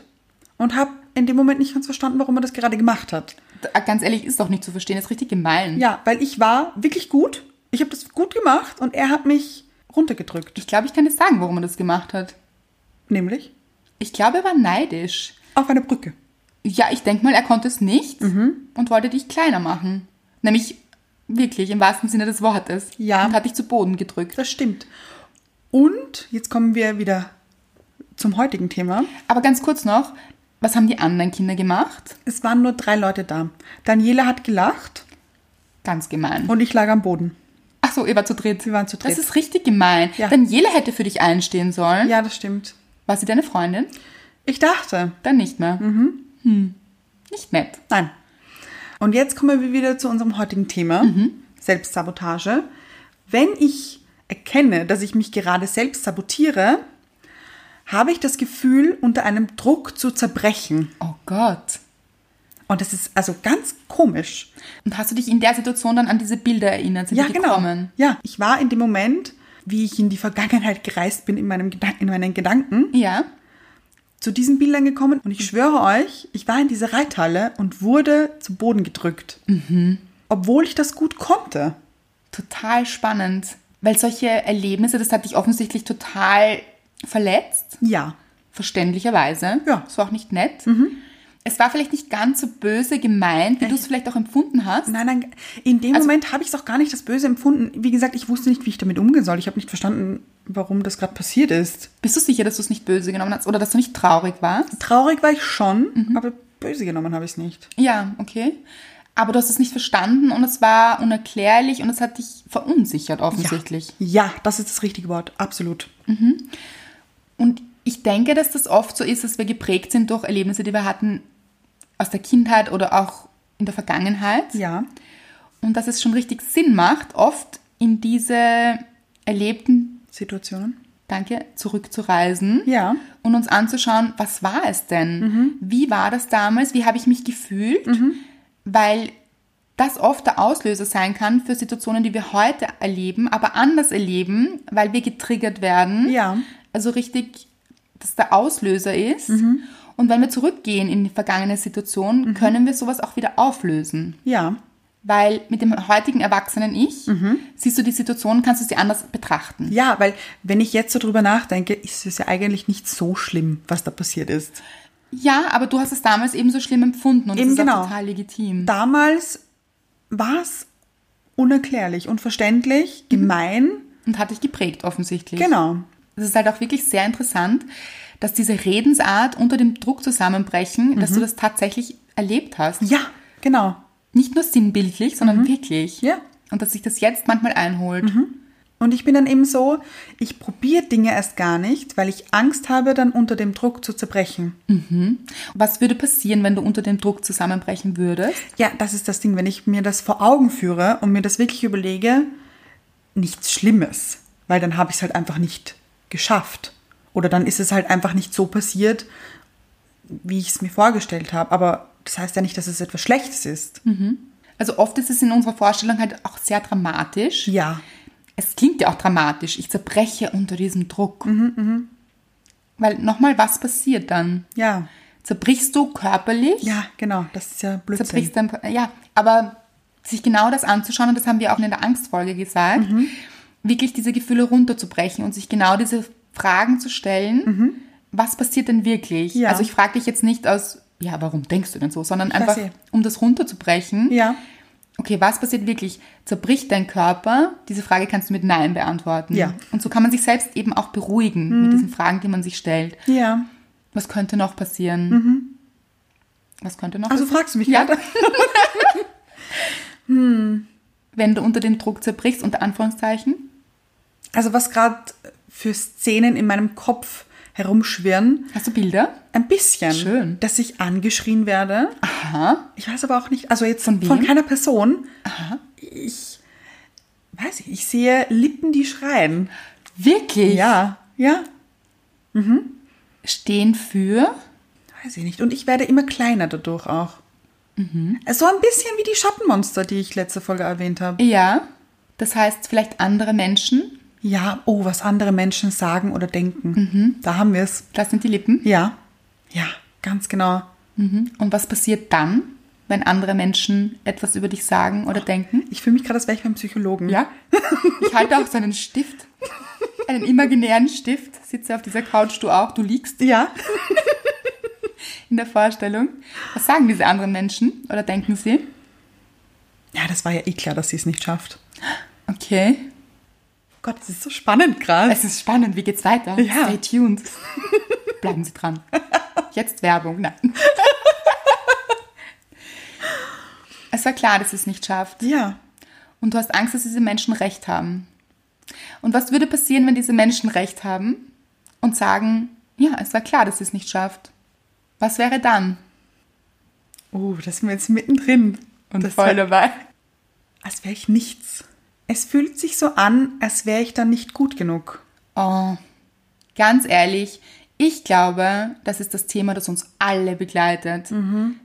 S2: und habe in dem Moment nicht ganz verstanden, warum er das gerade gemacht hat.
S1: Ganz ehrlich, ist doch nicht zu verstehen. Das ist richtig gemein.
S2: Ja, weil ich war wirklich gut. Ich habe das gut gemacht und er hat mich runtergedrückt.
S1: Ich glaube, ich kann dir sagen, warum er das gemacht hat.
S2: Nämlich
S1: Ich glaube, er war neidisch.
S2: auf einer Brücke.
S1: Ja, ich denke mal, er konnte es nicht
S2: Mhm.
S1: und wollte dich kleiner machen. Nämlich wirklich im wahrsten Sinne des Wortes.
S2: Ja.
S1: Und hat dich zu Boden gedrückt.
S2: Das stimmt. Und jetzt kommen wir wieder zum heutigen Thema.
S1: Aber ganz kurz noch, was haben die anderen Kinder gemacht?
S2: Es waren nur drei Leute da. Daniela hat gelacht
S1: Ganz gemein.
S2: und ich lag am Boden.
S1: Ach so, ihr wart zu dritt.
S2: Wir waren zu dritt.
S1: Das ist richtig gemein.
S2: Ja.
S1: Daniela hätte für dich einstehen sollen.
S2: Ja, das stimmt.
S1: War sie deine Freundin?
S2: Ich dachte,
S1: Dann nicht mehr. Mhm. Hm. Nicht nett.
S2: nein. Und jetzt kommen wir wieder zu unserem heutigen Thema, Selbstsabotage. Wenn ich erkenne, dass ich mich gerade selbst sabotiere, habe ich das Gefühl, unter einem Druck zu zerbrechen.
S1: Oh Gott.
S2: Und das ist also ganz komisch.
S1: Und hast du dich in der Situation dann an diese Bilder erinnert? Sind
S2: ja,
S1: die
S2: genau.
S1: gekommen?
S2: Ja, ich war in dem Moment, wie ich in die Vergangenheit gereist bin, in, meinem Gedan in meinen Gedanken,
S1: Ja.
S2: zu diesen Bildern gekommen und ich schwöre euch, ich war in dieser Reithalle und wurde zu Boden gedrückt.
S1: Mhm.
S2: Obwohl ich das gut konnte.
S1: Total spannend. Weil solche Erlebnisse, das hat dich offensichtlich total verletzt.
S2: Ja.
S1: Verständlicherweise.
S2: Ja. Mhm.
S1: Das war auch nicht nett. Es war vielleicht nicht ganz so böse gemeint, wie du es vielleicht auch empfunden hast.
S2: Nein, nein, in dem
S1: Also-
S2: Moment habe ich es auch gar nicht das Böse empfunden. Wie gesagt, ich wusste nicht, wie ich damit umgehen soll. Ich habe nicht verstanden, warum das gerade passiert ist.
S1: Bist du sicher, dass du es nicht böse genommen hast oder dass du nicht traurig warst?
S2: Traurig war ich schon, aber böse genommen habe ich es nicht.
S1: Ja, okay. Aber du hast es nicht verstanden und es war unerklärlich und es hat dich verunsichert offensichtlich.
S2: Ja, das ist das richtige Wort, absolut.
S1: Und ich denke, dass das oft so ist, dass wir geprägt sind durch Erlebnisse, die wir hatten aus der Kindheit oder auch in der Vergangenheit.
S2: Ja.
S1: Und dass es schon richtig Sinn macht, oft in diese erlebten
S2: Situationen?
S1: Danke, zurückzureisen
S2: Ja.
S1: und uns anzuschauen, was war es denn?
S2: Mhm.
S1: Wie war das damals? Wie habe ich mich gefühlt? Weil das oft der Auslöser sein kann für Situationen, die wir heute erleben, aber anders erleben, weil wir getriggert werden.
S2: Ja.
S1: Also richtig, dass der Auslöser ist.
S2: Mhm.
S1: Und wenn wir zurückgehen in die vergangene Situation, können wir sowas auch wieder auflösen.
S2: Ja.
S1: Weil mit dem heutigen erwachsenen Ich siehst du die Situation, kannst du sie anders betrachten.
S2: Mhm. Ja, weil wenn ich jetzt so drüber nachdenke, ist es ja eigentlich nicht so schlimm, was da passiert ist.
S1: Ja, aber du hast es damals eben so schlimm empfunden und
S2: Eben
S1: das ist
S2: genau.
S1: auch total legitim.
S2: Damals war es unerklärlich, unverständlich, gemein.
S1: und hat dich geprägt offensichtlich.
S2: Genau.
S1: Es ist halt auch wirklich sehr interessant, dass diese Redensart unter dem Druck zusammenbrechen, dass
S2: Mhm.
S1: du das tatsächlich erlebt hast.
S2: Ja, genau.
S1: Nicht nur sinnbildlich, sondern wirklich.
S2: Mhm. Ja. Mhm.
S1: Und dass sich das jetzt manchmal einholt.
S2: Und ich bin dann eben so, ich probiere Dinge erst gar nicht, weil ich Angst habe, dann unter dem Druck zu zerbrechen.
S1: Was würde passieren, wenn du unter dem Druck zusammenbrechen würdest?
S2: Ja, das ist das Ding, wenn ich mir das vor Augen führe und mir das wirklich überlege, nichts Schlimmes, weil dann habe ich es halt einfach nicht geschafft. Oder dann ist es halt einfach nicht so passiert, wie ich es mir vorgestellt habe. Aber das heißt ja nicht, dass es etwas Schlechtes ist.
S1: Also oft ist es in unserer Vorstellung halt auch sehr dramatisch.
S2: Ja.
S1: Es klingt ja auch dramatisch. Ich zerbreche unter diesem Druck.
S2: Mhm,
S1: Weil nochmal, was passiert dann?
S2: Ja.
S1: Zerbrichst du körperlich?
S2: Ja, genau. Das ist ja Blödsinn.
S1: zerbrichst dein, ja, aber sich genau das anzuschauen, und das haben wir auch in der Angstfolge gesagt,
S2: Mhm.
S1: wirklich diese Gefühle runterzubrechen und sich genau diese Fragen zu stellen, was passiert denn wirklich?
S2: Mhm. Ja.
S1: Also ich frage dich jetzt nicht aus, ja, warum denkst du denn so, sondern einfach,
S2: verstehe.
S1: um das runterzubrechen.
S2: eh. Ja.
S1: Okay, was passiert wirklich? Zerbricht dein Körper? Diese Frage kannst du mit Nein beantworten.
S2: Ja. Mhm.
S1: Und so kann man sich selbst eben auch beruhigen mit diesen Fragen, die man sich stellt.
S2: Ja.
S1: Was könnte noch passieren? Was könnte noch
S2: Mhm. Also
S1: passieren?
S2: fragst du mich
S1: Ja.
S2: gerade?
S1: wenn du unter dem Druck zerbrichst, unter Anführungszeichen.
S2: Also was gerade für Szenen in meinem Kopf herumschwirren,
S1: Hast du Bilder?
S2: Ein bisschen.
S1: Schön.
S2: Dass ich angeschrien werde.
S1: Aha.
S2: Ich weiß aber auch nicht, also jetzt
S1: Von
S2: von,
S1: wem?
S2: keiner Person. Ich weiß nicht, ich sehe Lippen, die schreien.
S1: Wirklich?
S2: Ja, ja,
S1: Stehen für?
S2: weiß ich nicht. Und ich werde immer kleiner dadurch auch.
S1: Mhm.
S2: So ein bisschen wie die Schattenmonster, die ich letzte Folge erwähnt habe.
S1: Ja. Das heißt vielleicht andere Menschen.
S2: Ja, oh, was andere Menschen sagen oder denken.
S1: Mhm.
S2: Da haben wir es.
S1: Das sind die Lippen.
S2: Ja, ja, ganz genau.
S1: Mhm. Und was passiert dann, wenn andere Menschen etwas über dich sagen oder denken?
S2: Ich fühle mich gerade, als wäre ich beim Psychologen.
S1: Ja. Ich halte auch so einen Stift, einen imaginären Stift. Sitze auf dieser Couch, du auch, du liegst
S2: Ja,
S1: (laughs) in der Vorstellung. Was sagen diese anderen Menschen oder denken sie?
S2: ja das war ja eh klar, dass sie es nicht schafft.
S1: Okay.
S2: Gott, das ist so spannend gerade.
S1: Es ist spannend, wie geht's weiter?
S2: Ja.
S1: Stay
S2: (laughs)
S1: tuned. Bleiben Sie dran. Jetzt Werbung, nein.
S2: (laughs)
S1: Es war klar, dass sie es nicht schafft.
S2: Ja.
S1: Und du hast Angst, dass diese Menschen recht haben. Und was würde passieren, wenn diese Menschen recht haben und sagen, ja, es war klar, dass sie es nicht schafft? Was wäre dann?
S2: Oh, da sind wir jetzt mittendrin.
S1: Und
S2: das
S1: voll
S2: war,
S1: dabei.
S2: als wäre ich nichts. Es fühlt sich so an, als wäre ich dann nicht gut genug.
S1: Oh, ganz ehrlich, ich glaube, das ist das Thema, das uns alle begleitet.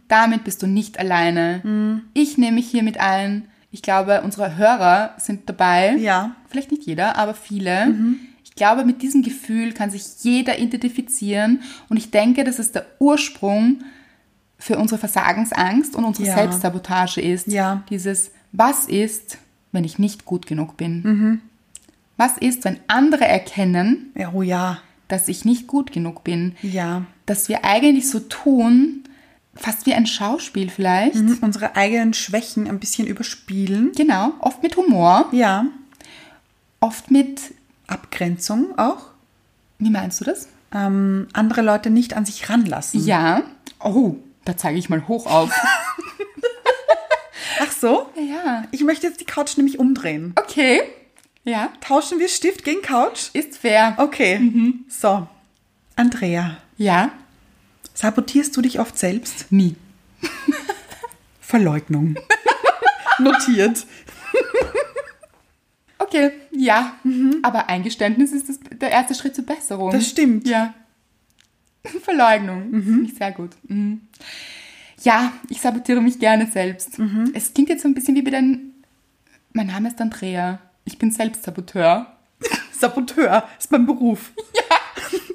S1: Damit bist du nicht alleine. Ich nehme mich hier mit ein. Ich glaube, unsere Hörer sind dabei.
S2: Ja.
S1: Vielleicht nicht jeder, aber viele.
S2: Mhm.
S1: Ich glaube, mit diesem Gefühl kann sich jeder identifizieren. Und ich denke, das ist der Ursprung für unsere Versagensangst und unsere
S2: Ja.
S1: Selbstsabotage ist.
S2: Ja.
S1: Dieses, was ist, wenn ich nicht gut genug bin?
S2: Mhm.
S1: Was ist, wenn andere erkennen,
S2: Ja, oh ja.
S1: dass ich nicht gut genug bin?
S2: Ja.
S1: Dass wir eigentlich so tun, fast wie ein Schauspiel vielleicht.
S2: Mhm, Unsere eigenen Schwächen ein bisschen überspielen.
S1: Genau, oft mit Humor,
S2: Ja.
S1: oft mit
S2: Abgrenzung auch.
S1: Wie meinst du das?
S2: Ähm, andere Leute nicht an sich ranlassen.
S1: Ja. Oh, da zeige ich mal hoch
S2: (laughs)
S1: auf.
S2: Ach so?
S1: ja.
S2: Ich möchte jetzt die Couch nämlich umdrehen.
S1: Okay. Ja.
S2: Tauschen wir Stift gegen Couch?
S1: Ist fair.
S2: Okay.
S1: Mhm.
S2: So. Andrea,
S1: Ja.
S2: sabotierst du dich oft selbst?
S1: Nie.
S2: Verleugnung. (laughs) Notiert.
S1: Okay. Ja. Aber Eingeständnis ist das, der erste Schritt zur Besserung.
S2: Mhm. Das stimmt.
S1: Ja. (laughs) Verleugnung. Finde ich sehr gut. Mhm. Ja, ich sabotiere mich gerne selbst.
S2: Mhm.
S1: Es klingt jetzt so ein bisschen wie bei den. Mein Name ist Andrea. Ich bin Selbstsaboteur. (laughs)
S2: Saboteur ist mein Beruf.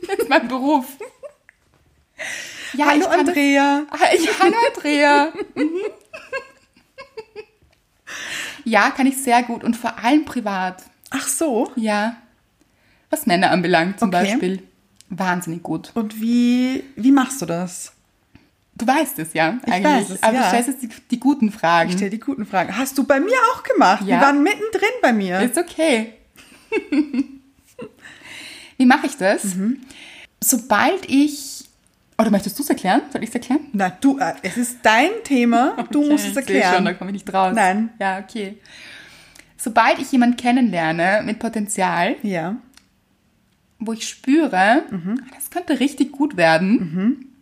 S1: Das ist mein Beruf. Ja,
S2: Hallo
S1: ich kann das-
S2: Andrea.
S1: Ah, ja, Hallo
S2: (laughs)
S1: Andrea. Mhm. ja, kann ich sehr gut und vor allem privat.
S2: Ach so.
S1: Ja. Was Männer anbelangt zum
S2: Okay.
S1: Beispiel. Wahnsinnig gut.
S2: Und wie, wie machst du das?
S1: Du weißt es ja eigentlich.
S2: weiß es,
S1: aber
S2: ja.
S1: du stellst jetzt die, die guten Fragen.
S2: Ich stell die guten Fragen. Hast du bei mir auch gemacht?
S1: Mhm. Ja.
S2: Wir waren mittendrin bei mir.
S1: Ist okay. (laughs) Wie mache ich das?
S2: Mhm.
S1: Sobald ich. Oder möchtest du es erklären? Soll ich es erklären?
S2: Na, du, äh, es ist dein
S1: (laughs)
S2: Thema. Du musst es
S1: Ich sehe Schon, da
S2: erklären.
S1: komme ich nicht raus.
S2: Nein.
S1: Ja, okay. Sobald ich jemanden kennenlerne mit Potenzial,
S2: Ja.
S1: wo ich spüre, ah, das könnte richtig gut werden,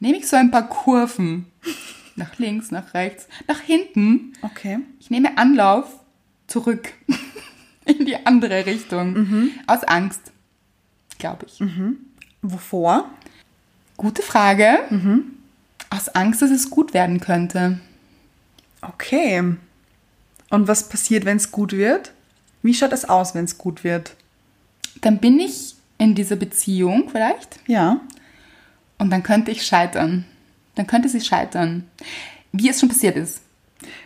S1: nehme ich so ein paar Kurven. Nach links, nach rechts, nach hinten.
S2: Okay.
S1: Ich nehme Anlauf zurück (laughs) in die andere Richtung. Aus Angst, glaube ich.
S2: Wovor?
S1: Gute Frage. Aus Angst, dass es gut werden könnte.
S2: Okay. Und was passiert, wenn es gut wird? Wie schaut es aus, wenn es gut wird?
S1: Dann bin ich in dieser Beziehung vielleicht
S2: Ja.
S1: und dann könnte ich scheitern. Dann könnte sie scheitern. Wie es schon passiert ist.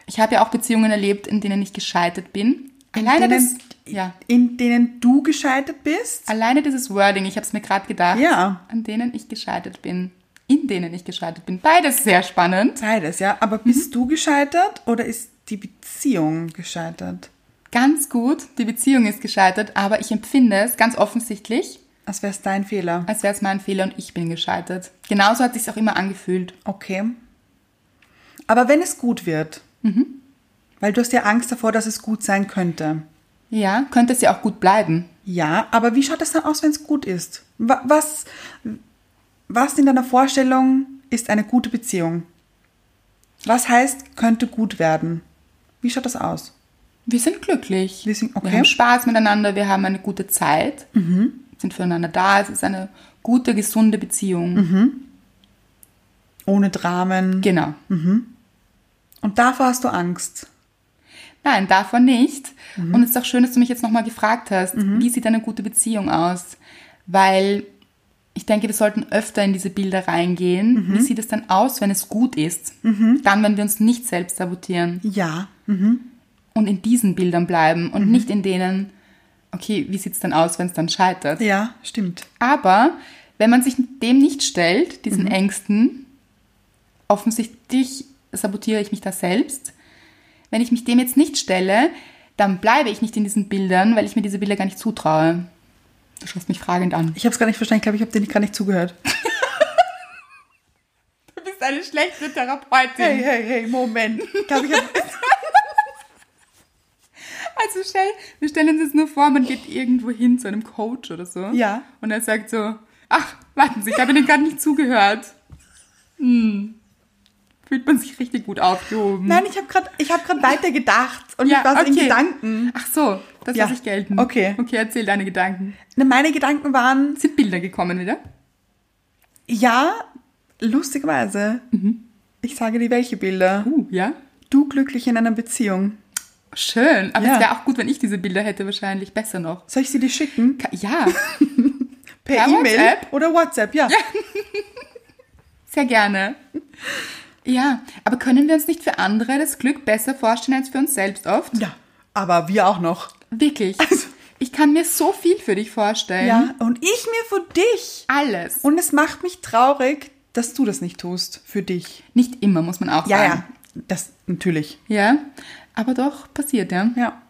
S1: Ich habe ja auch Beziehungen erlebt, in denen ich gescheitert bin. Alleine, das,
S2: denen,
S1: ja,
S2: in denen du gescheitert bist?
S1: alleine dieses Wording, ich habe es mir gerade gedacht,
S2: Ja.
S1: an denen ich gescheitert bin, in denen ich gescheitert bin. Beides sehr spannend.
S2: Beides, ja. Aber bist du gescheitert oder ist die Beziehung gescheitert?
S1: ganz gut, die Beziehung ist gescheitert, aber ich empfinde es ganz offensichtlich,
S2: Als wäre es dein Fehler.
S1: als wäre es mein Fehler und ich bin gescheitert. Genauso hat sich's auch immer angefühlt.
S2: Okay. Aber wenn es gut wird, weil du hast ja Angst davor, dass es gut sein könnte.
S1: Ja, könnte es ja auch gut bleiben.
S2: Ja, aber wie schaut es dann aus, wenn es gut ist? Wa- Was, was in deiner Vorstellung ist eine gute Beziehung? Was heißt, könnte gut werden? Wie schaut das aus?
S1: Wir sind glücklich.
S2: Wir sind- okay. Mhm.
S1: haben Spaß miteinander, wir haben eine gute Zeit, sind füreinander da. Es ist eine gute, gesunde Beziehung.
S2: Mhm. Ohne Dramen.
S1: Genau.
S2: Und davor hast du Angst.
S1: Nein, davon nicht.
S2: Mhm.
S1: Und es ist auch schön, dass du mich jetzt nochmal gefragt hast, wie sieht eine gute Beziehung aus? Weil ich denke, wir sollten öfter in diese Bilder reingehen.
S2: Mhm.
S1: Wie sieht es dann aus, wenn es gut ist? Dann, wenn wir uns nicht selbst sabotieren
S2: Ja.
S1: und in diesen Bildern bleiben
S2: Mhm.
S1: und nicht in denen, okay, wie sieht es dann aus, wenn es dann scheitert?
S2: Ja, stimmt.
S1: Aber wenn man sich dem nicht stellt, diesen Ängsten, offensichtlich sabotiere ich mich da selbst. Wenn ich mich dem jetzt nicht stelle, dann bleibe ich nicht in diesen Bildern, weil ich mir diese Bilder gar nicht zutraue. Du schaust mich fragend an.
S2: Ich habe es gar nicht verstanden. Ich glaube, ich habe dir nicht- gar nicht zugehört.
S1: Du bist eine schlechte Therapeutin.
S2: hey, hey, Moment. Ich glaube, ich habe... (laughs)
S1: Also stell, wir stellen uns jetzt nur vor, man geht irgendwo hin zu einem Coach oder so.
S2: Ja.
S1: Und er sagt so, ach, warten Sie, ich habe Ihnen gerade nicht zugehört. Hm. Fühlt man sich richtig gut aufgehoben.
S2: Nein, ich habe gerade hab grad weitergedacht. Und ich war so in Gedanken.
S1: Ach so, das
S2: Ja.
S1: lasse ich gelten.
S2: Okay.
S1: Okay, erzähl deine Gedanken.
S2: Ne, Meine Gedanken waren,
S1: Sind Bilder gekommen wieder?
S2: ja, lustigerweise. Ich sage dir, welche Bilder.
S1: Uh, ja.
S2: Du glücklich in einer Beziehung.
S1: Schön, aber
S2: Ja.
S1: es wäre auch gut, wenn ich diese Bilder hätte, wahrscheinlich besser noch.
S2: Soll ich sie dir schicken?
S1: Ka- Ja,
S2: Per
S1: Ja,
S2: E-Mail
S1: WhatsApp.
S2: oder WhatsApp, ja.
S1: sehr gerne. Ja, aber können wir uns nicht für andere das Glück besser vorstellen als für uns selbst oft?
S2: Ja, aber wir auch noch.
S1: Wirklich. Ich kann mir so viel für dich vorstellen.
S2: Also- Ja, und ich mir für dich.
S1: Alles.
S2: Und es macht mich traurig, dass du das nicht tust für dich.
S1: Nicht immer, muss man auch
S2: Ja, ja,
S1: sagen.
S2: das natürlich.
S1: Ja. Ja, aber doch passiert, ja.
S2: Ja.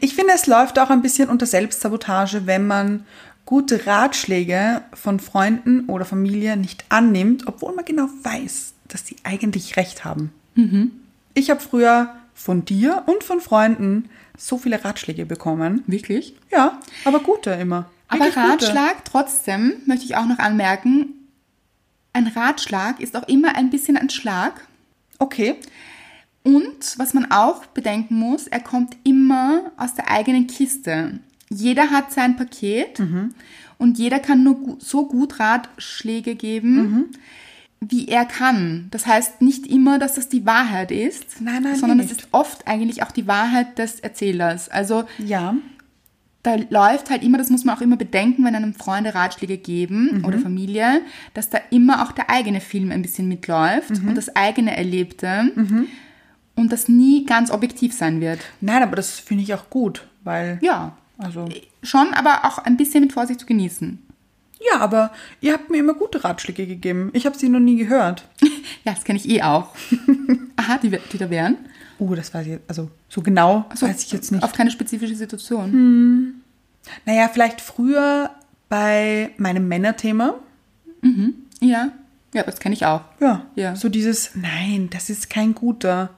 S2: Ich finde, es läuft auch ein bisschen unter Selbstsabotage, wenn man gute Ratschläge von Freunden oder Familie nicht annimmt, obwohl man genau weiß, dass die eigentlich recht haben. Ich habe früher von dir und von Freunden so viele Ratschläge bekommen.
S1: Wirklich?
S2: Ja, aber gute immer.
S1: Aber
S2: Wirklich gute.
S1: Ratschlag trotzdem, möchte ich auch noch anmerken, ein Ratschlag ist auch immer ein bisschen ein Schlag.
S2: Okay.
S1: Und was man auch bedenken muss, er kommt immer aus der eigenen Kiste. Jeder hat sein Paket
S2: Mhm.
S1: und jeder kann nur gu- so gut Ratschläge geben,
S2: Mhm.
S1: wie er kann. Das heißt nicht immer, dass das die Wahrheit ist,
S2: Nein, nein,
S1: sondern es
S2: nicht.
S1: ist oft eigentlich auch die Wahrheit des Erzählers. Also
S2: Ja.
S1: da läuft halt immer, das muss man auch immer bedenken, wenn einem Freunde Ratschläge geben
S2: Mhm.
S1: oder Familie, dass da immer auch der eigene Film ein bisschen mitläuft
S2: Mhm.
S1: und das eigene Erlebte und das nie ganz objektiv sein wird.
S2: Nein, aber das finde ich auch gut, weil.
S1: Ja,
S2: Also.
S1: schon, aber auch ein bisschen mit Vorsicht zu genießen. (laughs)
S2: Ja, aber ihr habt mir immer gute Ratschläge gegeben. Ich habe sie noch nie gehört.
S1: Ja, das kenne ich eh
S2: (laughs)
S1: auch. Aha, die, wär- die da wären.
S2: Uh, das weiß ich jetzt. Also, so genau
S1: So,
S2: weiß ich jetzt nicht. Hm.
S1: Auf keine spezifische Situation.
S2: Naja, vielleicht früher bei meinem Männerthema.
S1: Ja. ja, das kenne ich auch.
S2: Ja.
S1: Ja.
S2: So dieses, nein, das ist kein guter.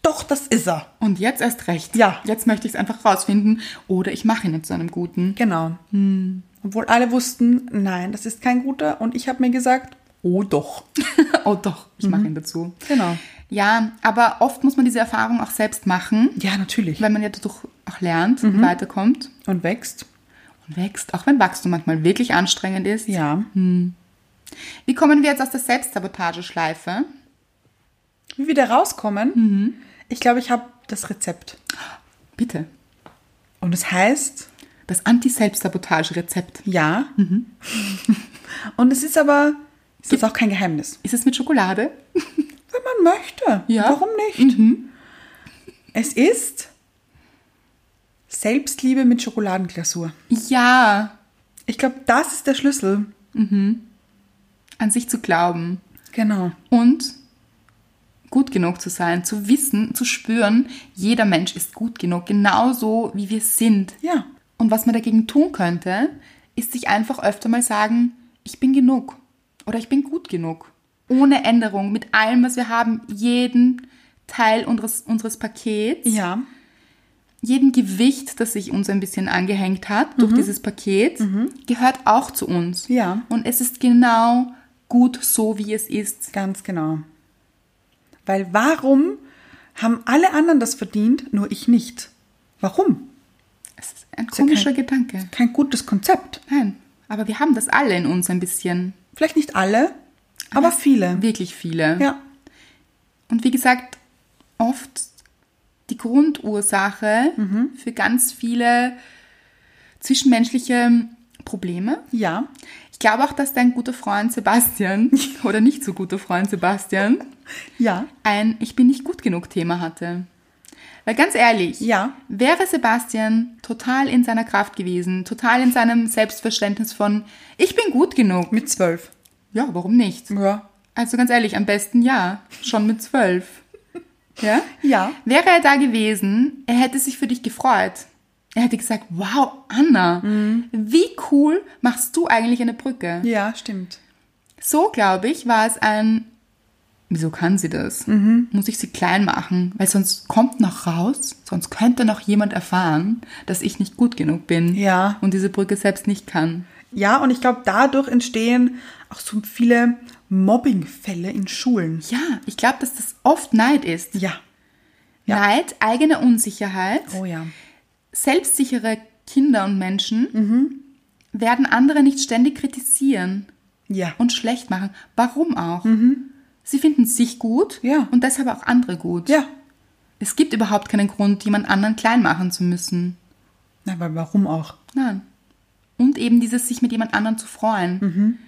S2: Doch, das ist er.
S1: Und jetzt erst recht.
S2: Ja.
S1: Jetzt möchte ich es einfach rausfinden oder ich mache ihn zu einem guten.
S2: Genau.
S1: Hm.
S2: Obwohl alle wussten, nein, das ist kein guter. Und ich habe mir gesagt, oh doch.
S1: (laughs) Oh doch, ich mache ihn dazu.
S2: Genau.
S1: Ja, aber oft muss man diese Erfahrung auch selbst machen,
S2: Ja, Mhm. natürlich.
S1: weil man ja dadurch auch lernt und weiterkommt
S2: Und wächst.
S1: und wächst, auch wenn Wachstum manchmal wirklich anstrengend ist.
S2: Ja.
S1: Wie kommen wir jetzt aus der Selbstsabotageschleife?
S2: Wie wir da rauskommen,
S1: Mhm.
S2: ich glaube, ich habe das Rezept.
S1: Bitte,
S2: Und es heißt,
S1: das Anti-Selbstsabotage-Rezept.
S2: ja.
S1: Mhm.
S2: (laughs) Und es ist aber, es ist auch kein Geheimnis.
S1: Ist es mit Schokolade?
S2: Wenn man möchte.
S1: Ja.
S2: Warum nicht? Es ist Selbstliebe mit Schokoladenglasur.
S1: Ja,
S2: Ich glaube, das ist der Schlüssel.
S1: an sich zu glauben
S2: Genau.
S1: und gut genug zu sein, zu wissen, zu spüren, jeder Mensch ist gut genug, genauso wie wir sind.
S2: Ja.
S1: Und was man dagegen tun könnte, ist sich einfach öfter mal sagen, ich bin genug oder ich bin gut genug. Ohne Änderung, mit allem, was wir haben, jeden Teil unseres, unseres Pakets,
S2: Ja.
S1: jedem Gewicht, das sich uns ein bisschen angehängt hat durch dieses Paket, gehört auch zu uns.
S2: Mhm. Ja.
S1: Und es ist genau gut so, wie es ist.
S2: Ganz genau. Weil warum haben alle anderen das verdient, nur ich nicht? Warum?
S1: Es ist ein
S2: ja
S1: komischer
S2: kein-
S1: Gedanke.
S2: Kein gutes Konzept.
S1: Nein, aber wir haben das alle in uns ein bisschen.
S2: Vielleicht nicht alle, aber, viele.
S1: Wirklich viele.
S2: Ja.
S1: Und wie gesagt, oft die Grundursache für ganz viele zwischenmenschliche Probleme.
S2: Ja.
S1: Ich glaube auch, dass dein guter Freund Sebastian oder nicht so guter Freund Sebastian
S2: Ja.
S1: ein Ich bin nicht gut genug Thema hatte. Weil ganz ehrlich,
S2: Ja.
S1: wäre Sebastian total in seiner Kraft gewesen, total in seinem Selbstverständnis von Ich bin gut genug.
S2: Mit zwölf.
S1: Ja, warum nicht?
S2: Ja.
S1: Also ganz ehrlich, am besten ja, schon mit zwölf. Ja?
S2: Ja.
S1: Wäre er da gewesen, er hätte sich für dich gefreut. Er hätte gesagt, wow, Anna, wie cool machst du eigentlich eine Brücke?
S2: Ja, stimmt.
S1: So, glaube ich, war es ein, wieso kann sie das? Muss ich sie klein machen? Weil sonst kommt noch raus, sonst könnte noch jemand erfahren, dass ich nicht gut genug bin
S2: Ja.
S1: und diese Brücke selbst nicht kann.
S2: Ja, und ich glaube, dadurch entstehen auch so viele Mobbingfälle in Schulen.
S1: Ja, ich glaube, dass das oft Neid ist.
S2: Ja. Ja.
S1: Neid, eigene Unsicherheit.
S2: Oh ja.
S1: Selbstsichere Kinder und Menschen
S2: Mhm.
S1: werden andere nicht ständig kritisieren
S2: Ja.
S1: und schlecht machen. Warum auch? Sie finden sich gut
S2: Mhm. Ja.
S1: und deshalb auch andere gut.
S2: ja.
S1: Es gibt überhaupt keinen Grund, jemand anderen klein machen zu müssen.
S2: Na, aber warum auch?
S1: Nein. Und eben dieses sich mit jemand anderem zu freuen.
S2: Mhm.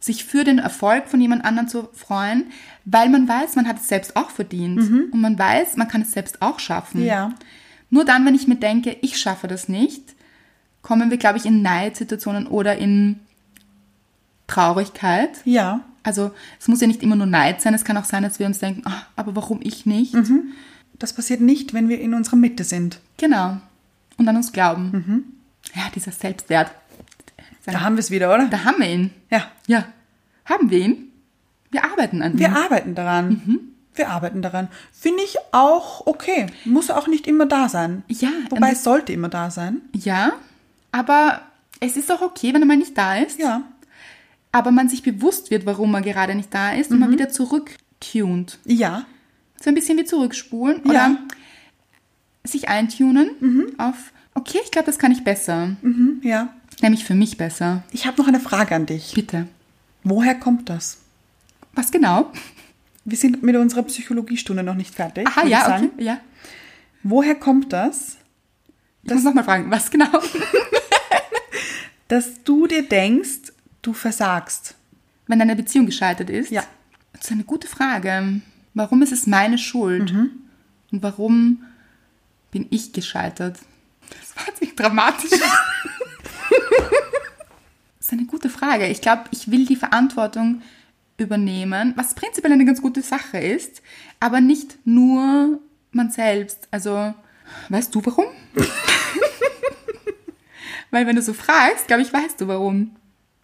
S1: Sich für den Erfolg von jemand anderem zu freuen, weil man weiß, man hat es selbst auch verdient. Und man weiß, man kann es selbst auch schaffen.
S2: Mhm. Ja.
S1: Nur dann, wenn ich mir denke, ich schaffe das nicht, kommen wir, glaube ich, in Neidsituationen oder in Traurigkeit.
S2: Ja.
S1: Also es muss ja nicht immer nur Neid sein, es kann auch sein, dass wir uns denken, "Ah,
S2: Mhm.
S1: aber warum ich nicht?
S2: Das passiert nicht, wenn wir in unserer Mitte sind.
S1: Genau. Und und an uns glauben.
S2: Mhm.
S1: Ja, dieser Selbstwert.
S2: Da haben wir es wieder, oder?
S1: Da haben wir ihn.
S2: Ja.
S1: Ja. Haben wir ihn? Wir arbeiten an
S2: Wir
S1: ihm.
S2: arbeiten daran.
S1: Mhm.
S2: Wir arbeiten daran. Finde ich auch okay. Muss auch nicht immer da sein.
S1: Ja, und
S2: Wobei
S1: das-
S2: es sollte immer da sein.
S1: Ja, aber es ist auch okay, wenn er mal nicht da ist.
S2: Ja.
S1: Aber man sich bewusst wird, warum er gerade nicht da ist und
S2: Mhm.
S1: man wieder zurücktunt.
S2: Ja.
S1: So ein bisschen wie zurückspulen oder
S2: Ja.
S1: sich eintunen auf, okay, ich glaube, das kann ich besser.
S2: Mhm. Ja.
S1: Nämlich für mich besser.
S2: Ich habe noch eine Frage an dich.
S1: Bitte.
S2: Woher kommt das?
S1: Was genau?
S2: Wir sind mit unserer Psychologiestunde noch nicht fertig.
S1: Aha,
S2: würde ich
S1: ja,
S2: sagen.
S1: okay. Ja.
S2: Woher kommt das,
S1: Ich muss nochmal fragen, was genau?
S2: dass du dir denkst, du versagst?
S1: Wenn deine Beziehung gescheitert ist?
S2: Ja.
S1: Das ist eine gute Frage. Warum ist es meine Schuld? Und warum bin ich gescheitert? Das war ziemlich dramatisch. das ist eine gute Frage. Ich glaube, ich will die Verantwortung übernehmen, was prinzipiell eine ganz gute Sache ist, aber nicht nur man selbst. Also, weißt du warum? Weil wenn du so fragst, glaube ich, weißt du warum.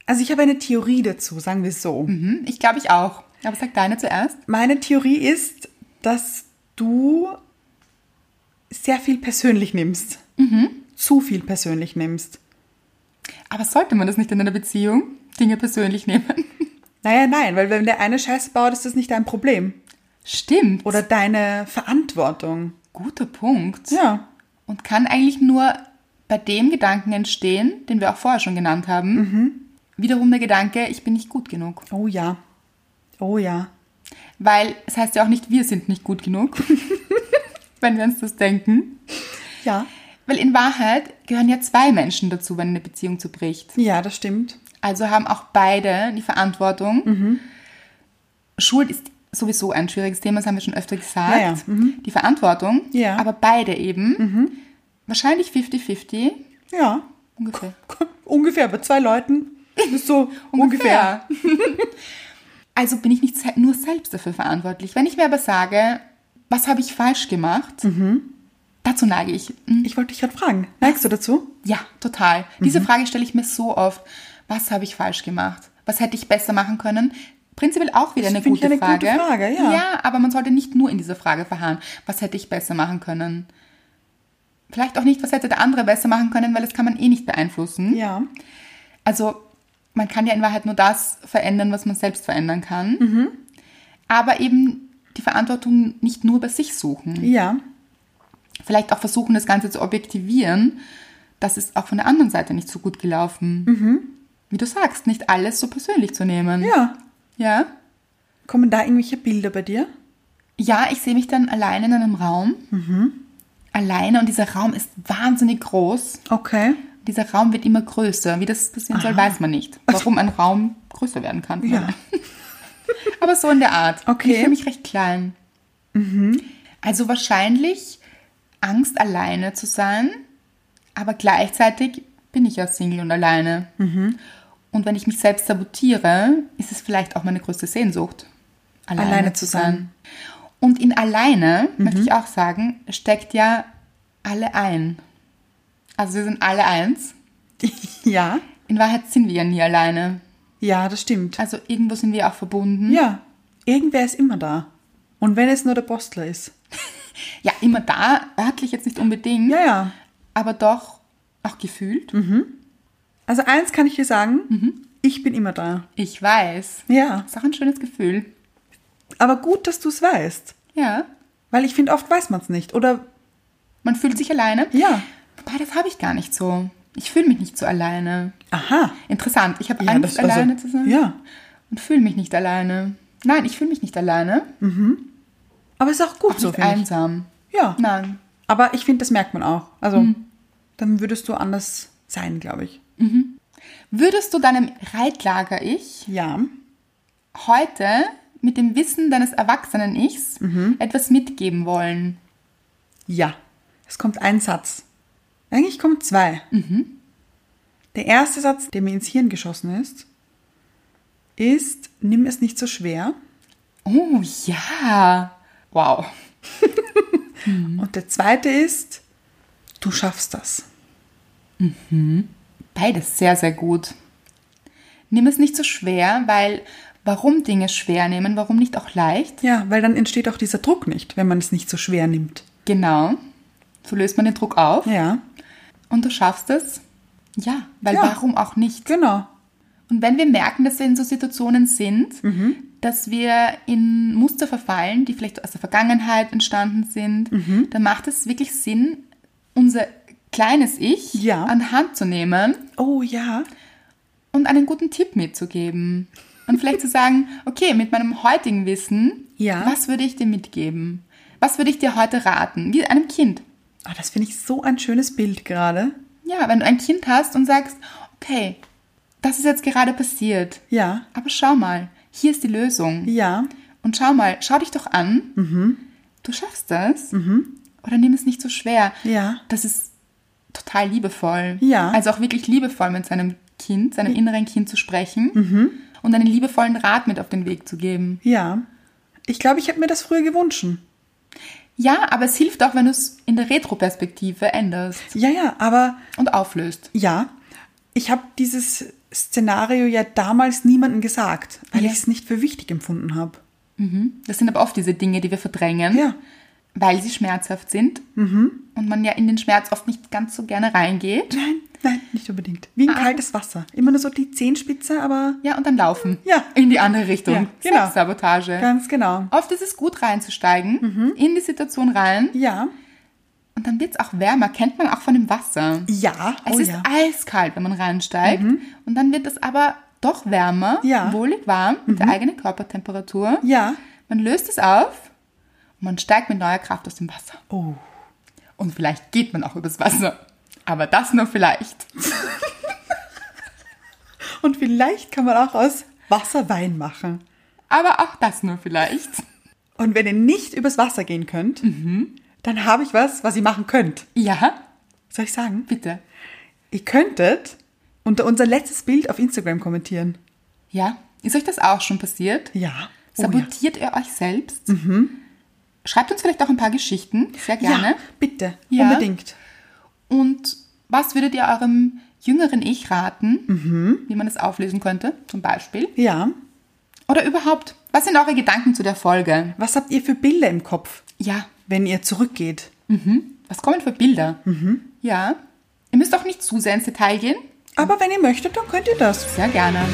S2: Also ich habe eine Theorie dazu, sagen wir es so.
S1: Hm, Ich glaube, ich auch. Aber sag deine zuerst.
S2: Meine Theorie ist, dass du sehr viel persönlich nimmst. Zu viel persönlich nimmst.
S1: Aber sollte man das nicht in einer Beziehung? Dinge persönlich nehmen? (laughs)
S2: Naja, nein, weil wenn der eine Scheiße baut, ist das nicht dein Problem.
S1: Stimmt.
S2: Oder deine Verantwortung.
S1: guter Punkt.
S2: Ja.
S1: Und kann eigentlich nur bei dem Gedanken entstehen, den wir auch vorher schon genannt haben. Wiederum der Gedanke, ich bin nicht gut genug.
S2: Oh ja. Oh ja.
S1: Weil es heißt ja auch nicht, wir sind nicht gut genug, (laughs) wenn wir uns das denken.
S2: Ja.
S1: Weil in Wahrheit gehören ja zwei Menschen dazu, wenn eine Beziehung zerbricht.
S2: Ja, das stimmt.
S1: Also haben auch beide die Verantwortung.
S2: Mhm.
S1: Schuld ist sowieso ein schwieriges Thema, das haben wir schon öfter gesagt.
S2: Ja, ja.
S1: Die Verantwortung,
S2: Ja. Mhm.
S1: aber beide eben. Wahrscheinlich 50-50
S2: Ja. (laughs)
S1: ungefähr.
S2: Ungefähr bei zwei Leuten. Das ist so ungefähr.
S1: (laughs) also bin ich nicht se- nur selbst dafür verantwortlich. Wenn ich mir aber sage, was habe ich falsch gemacht,
S2: Mhm.
S1: dazu neige ich. Mhm.
S2: Ich wollte dich gerade fragen. Neigst du dazu?
S1: Ja, total.
S2: Mhm.
S1: Diese Frage stelle ich mir so oft. Was habe ich falsch gemacht? Was hätte ich besser machen können? Prinzipiell auch wieder
S2: Das
S1: eine,
S2: finde ich
S1: gute,
S2: eine
S1: Frage.
S2: gute Frage, ja.
S1: ja, aber man sollte nicht nur in dieser Frage verharren. Was hätte ich besser machen können? Vielleicht auch nicht, was hätte der andere besser machen können, weil das kann man eh nicht beeinflussen.
S2: Ja.
S1: Also man kann ja in Wahrheit nur das verändern, was man selbst verändern kann.
S2: Mhm.
S1: Aber eben die Verantwortung nicht nur bei sich suchen
S2: Ja.
S1: vielleicht auch versuchen, das Ganze zu objektivieren, das ist auch von der anderen Seite nicht so gut gelaufen. Wie du sagst, nicht alles so persönlich zu nehmen.
S2: Mhm. Ja.
S1: Ja,
S2: Kommen da irgendwelche Bilder bei dir?
S1: ja ich sehe mich dann alleine in einem Raum.
S2: Mhm.
S1: Alleine und dieser Raum ist wahnsinnig groß.
S2: Okay.
S1: Dieser Raum wird immer größer. Wie das passieren soll, weiß man nicht. Warum ein Raum größer werden kann.
S2: Ah. Ja. (laughs)
S1: Aber so in der Art.
S2: Okay. Mhm.
S1: Ich fühle mich recht klein. Also wahrscheinlich Angst, alleine zu sein, aber gleichzeitig bin ich ja Single und alleine.
S2: Mhm.
S1: Und wenn ich mich selbst sabotiere, ist es vielleicht auch meine größte Sehnsucht, alleine,
S2: Alleine
S1: zu
S2: zu Mhm.
S1: sein. Und in alleine, möchte ich auch sagen, steckt ja alle ein. Also wir sind alle eins.
S2: Ja.
S1: In Wahrheit sind wir ja nie alleine.
S2: Ja, das stimmt.
S1: Also irgendwo sind wir auch verbunden.
S2: Ja. Irgendwer ist immer da. Und wenn es nur der Postler ist.
S1: Ja, immer da, örtlich jetzt nicht unbedingt,
S2: Ja, Mhm. ja.
S1: aber doch auch gefühlt.
S2: Also eins kann ich dir sagen.
S1: Mhm.
S2: Ich bin immer da.
S1: Ich weiß.
S2: Ja.
S1: Ist auch ein schönes Gefühl.
S2: Aber gut, dass du es weißt.
S1: Ja.
S2: Weil ich finde, oft weiß man es nicht. Oder
S1: Man fühlt sich alleine.
S2: ja.
S1: Wobei, das habe ich gar nicht so. Ich fühle mich nicht so alleine.
S2: Aha.
S1: Interessant. Ich habe
S2: Ja,
S1: Angst,
S2: das- also,
S1: alleine zu sein.
S2: ja.
S1: Und fühle mich nicht alleine. Nein, ich fühle mich nicht alleine.
S2: Aber es ist auch gut
S1: Auch
S2: so,
S1: nicht
S2: finde ich.
S1: einsam.
S2: Ja.
S1: Nein.
S2: Aber ich finde, das merkt man auch. Also,
S1: Hm.
S2: dann würdest du anders sein, glaube ich.
S1: Würdest du deinem Reitlager-Ich
S2: Ja.
S1: heute mit dem Wissen deines erwachsenen Ichs
S2: Mhm.
S1: etwas mitgeben wollen?
S2: Ja. Es kommt ein Satz. Eigentlich kommen zwei. Der erste Satz, der mir ins Hirn geschossen ist, ist, nimm es nicht so schwer.
S1: Oh ja. Wow.
S2: Und der zweite ist, Du schaffst das.
S1: Beides sehr, sehr gut. Nimm es nicht so schwer, weil warum Dinge schwer nehmen, warum nicht auch leicht?
S2: Ja, weil dann entsteht auch dieser Druck nicht, wenn man es nicht so schwer nimmt.
S1: Genau. So löst man den Druck auf
S2: Ja,
S1: und du schaffst es. Ja, weil
S2: Ja.
S1: warum auch nicht?
S2: genau.
S1: Und wenn wir merken, dass wir in so Situationen sind,
S2: Mhm.
S1: dass wir in Muster verfallen, die vielleicht aus der Vergangenheit entstanden sind,
S2: Mhm.
S1: dann macht es wirklich Sinn, unser kleines Ich
S2: Ja.
S1: an Hand zu nehmen
S2: Oh ja.
S1: und einen guten Tipp mitzugeben. Und vielleicht zu sagen, okay, mit meinem heutigen Wissen,
S2: Ja.
S1: was würde ich dir mitgeben? Was würde ich dir heute raten? Wie einem Kind.
S2: Ah, das finde ich so ein schönes Bild gerade.
S1: Ja, wenn du ein Kind hast und sagst, okay, das ist jetzt gerade passiert,
S2: Ja,
S1: aber schau mal, hier ist die Lösung.
S2: ja,
S1: Und schau mal, schau dich doch an.
S2: Mhm.
S1: Du schaffst das. Oder nimm es nicht so schwer.
S2: Ja.
S1: Das ist total liebevoll.
S2: Ja.
S1: Also auch wirklich liebevoll mit seinem Kind, seinem inneren Kind zu sprechen
S2: Mhm.
S1: und einen liebevollen Rat mit auf den Weg zu geben.
S2: ja. Ich glaube, ich hätte mir das früher gewünscht.
S1: Ja, aber es hilft auch, wenn du es in der Retroperspektive änderst
S2: Ja, ja, aber
S1: und auflöst.
S2: ja, ich habe dieses Szenario ja damals niemandem gesagt, weil
S1: Ja.
S2: ich es nicht für wichtig empfunden habe.
S1: Mhm. Das sind aber oft diese Dinge, die wir verdrängen,
S2: Ja. Mhm.
S1: weil sie schmerzhaft sind und man ja in den Schmerz oft nicht ganz so gerne reingeht.
S2: Nein, nein, nicht unbedingt. Wie ein
S1: Ah.
S2: kaltes Wasser. Immer nur so die Zehenspitze, aber
S1: Ja, und dann laufen.
S2: Ja.
S1: In die andere Richtung.
S2: Ja, genau.
S1: Sabotage.
S2: ganz genau. Mhm.
S1: Oft ist es gut reinzusteigen, in die Situation rein
S2: Ja,
S1: und dann wird es auch wärmer. Kennt man auch von dem Wasser.
S2: ja,
S1: Es
S2: oh
S1: ist
S2: ja. Mhm.
S1: eiskalt, wenn man reinsteigt und dann wird es aber doch wärmer,
S2: Ja. Mhm.
S1: wohlig warm mit der eigenen Körpertemperatur.
S2: Ja.
S1: Man löst es auf und man steigt mit neuer Kraft aus dem Wasser.
S2: Oh.
S1: Und vielleicht geht man auch übers Wasser. Aber das nur vielleicht.
S2: Und vielleicht kann man auch aus Wasser Wein machen.
S1: Aber auch das nur vielleicht.
S2: Und wenn ihr nicht übers Wasser gehen könnt,
S1: Mhm.
S2: dann habe ich was, was ihr machen könnt.
S1: Ja,
S2: Soll ich sagen?
S1: bitte.
S2: Ihr könntet unter unser letztes Bild auf Instagram kommentieren.
S1: Ja, ist euch das auch schon passiert?
S2: Ja. Oh,
S1: Sabotiert ihr euch selbst? Schreibt uns vielleicht auch ein paar Geschichten, sehr
S2: ja.
S1: gerne.
S2: ja, bitte.
S1: ne? Ja.
S2: Unbedingt.
S1: Und was würdet ihr eurem jüngeren Ich raten, wie man das auflösen könnte, zum Beispiel?
S2: Ja.
S1: Oder überhaupt, was sind eure Gedanken zu der Folge?
S2: Was habt ihr für Bilder im Kopf,
S1: Ja,
S2: wenn ihr zurückgeht?
S1: was kommen für Bilder? Ja, ihr müsst auch nicht zu sehr ins Detail gehen,
S2: Aber wenn ihr möchtet, dann könnt ihr das.
S1: sehr gerne.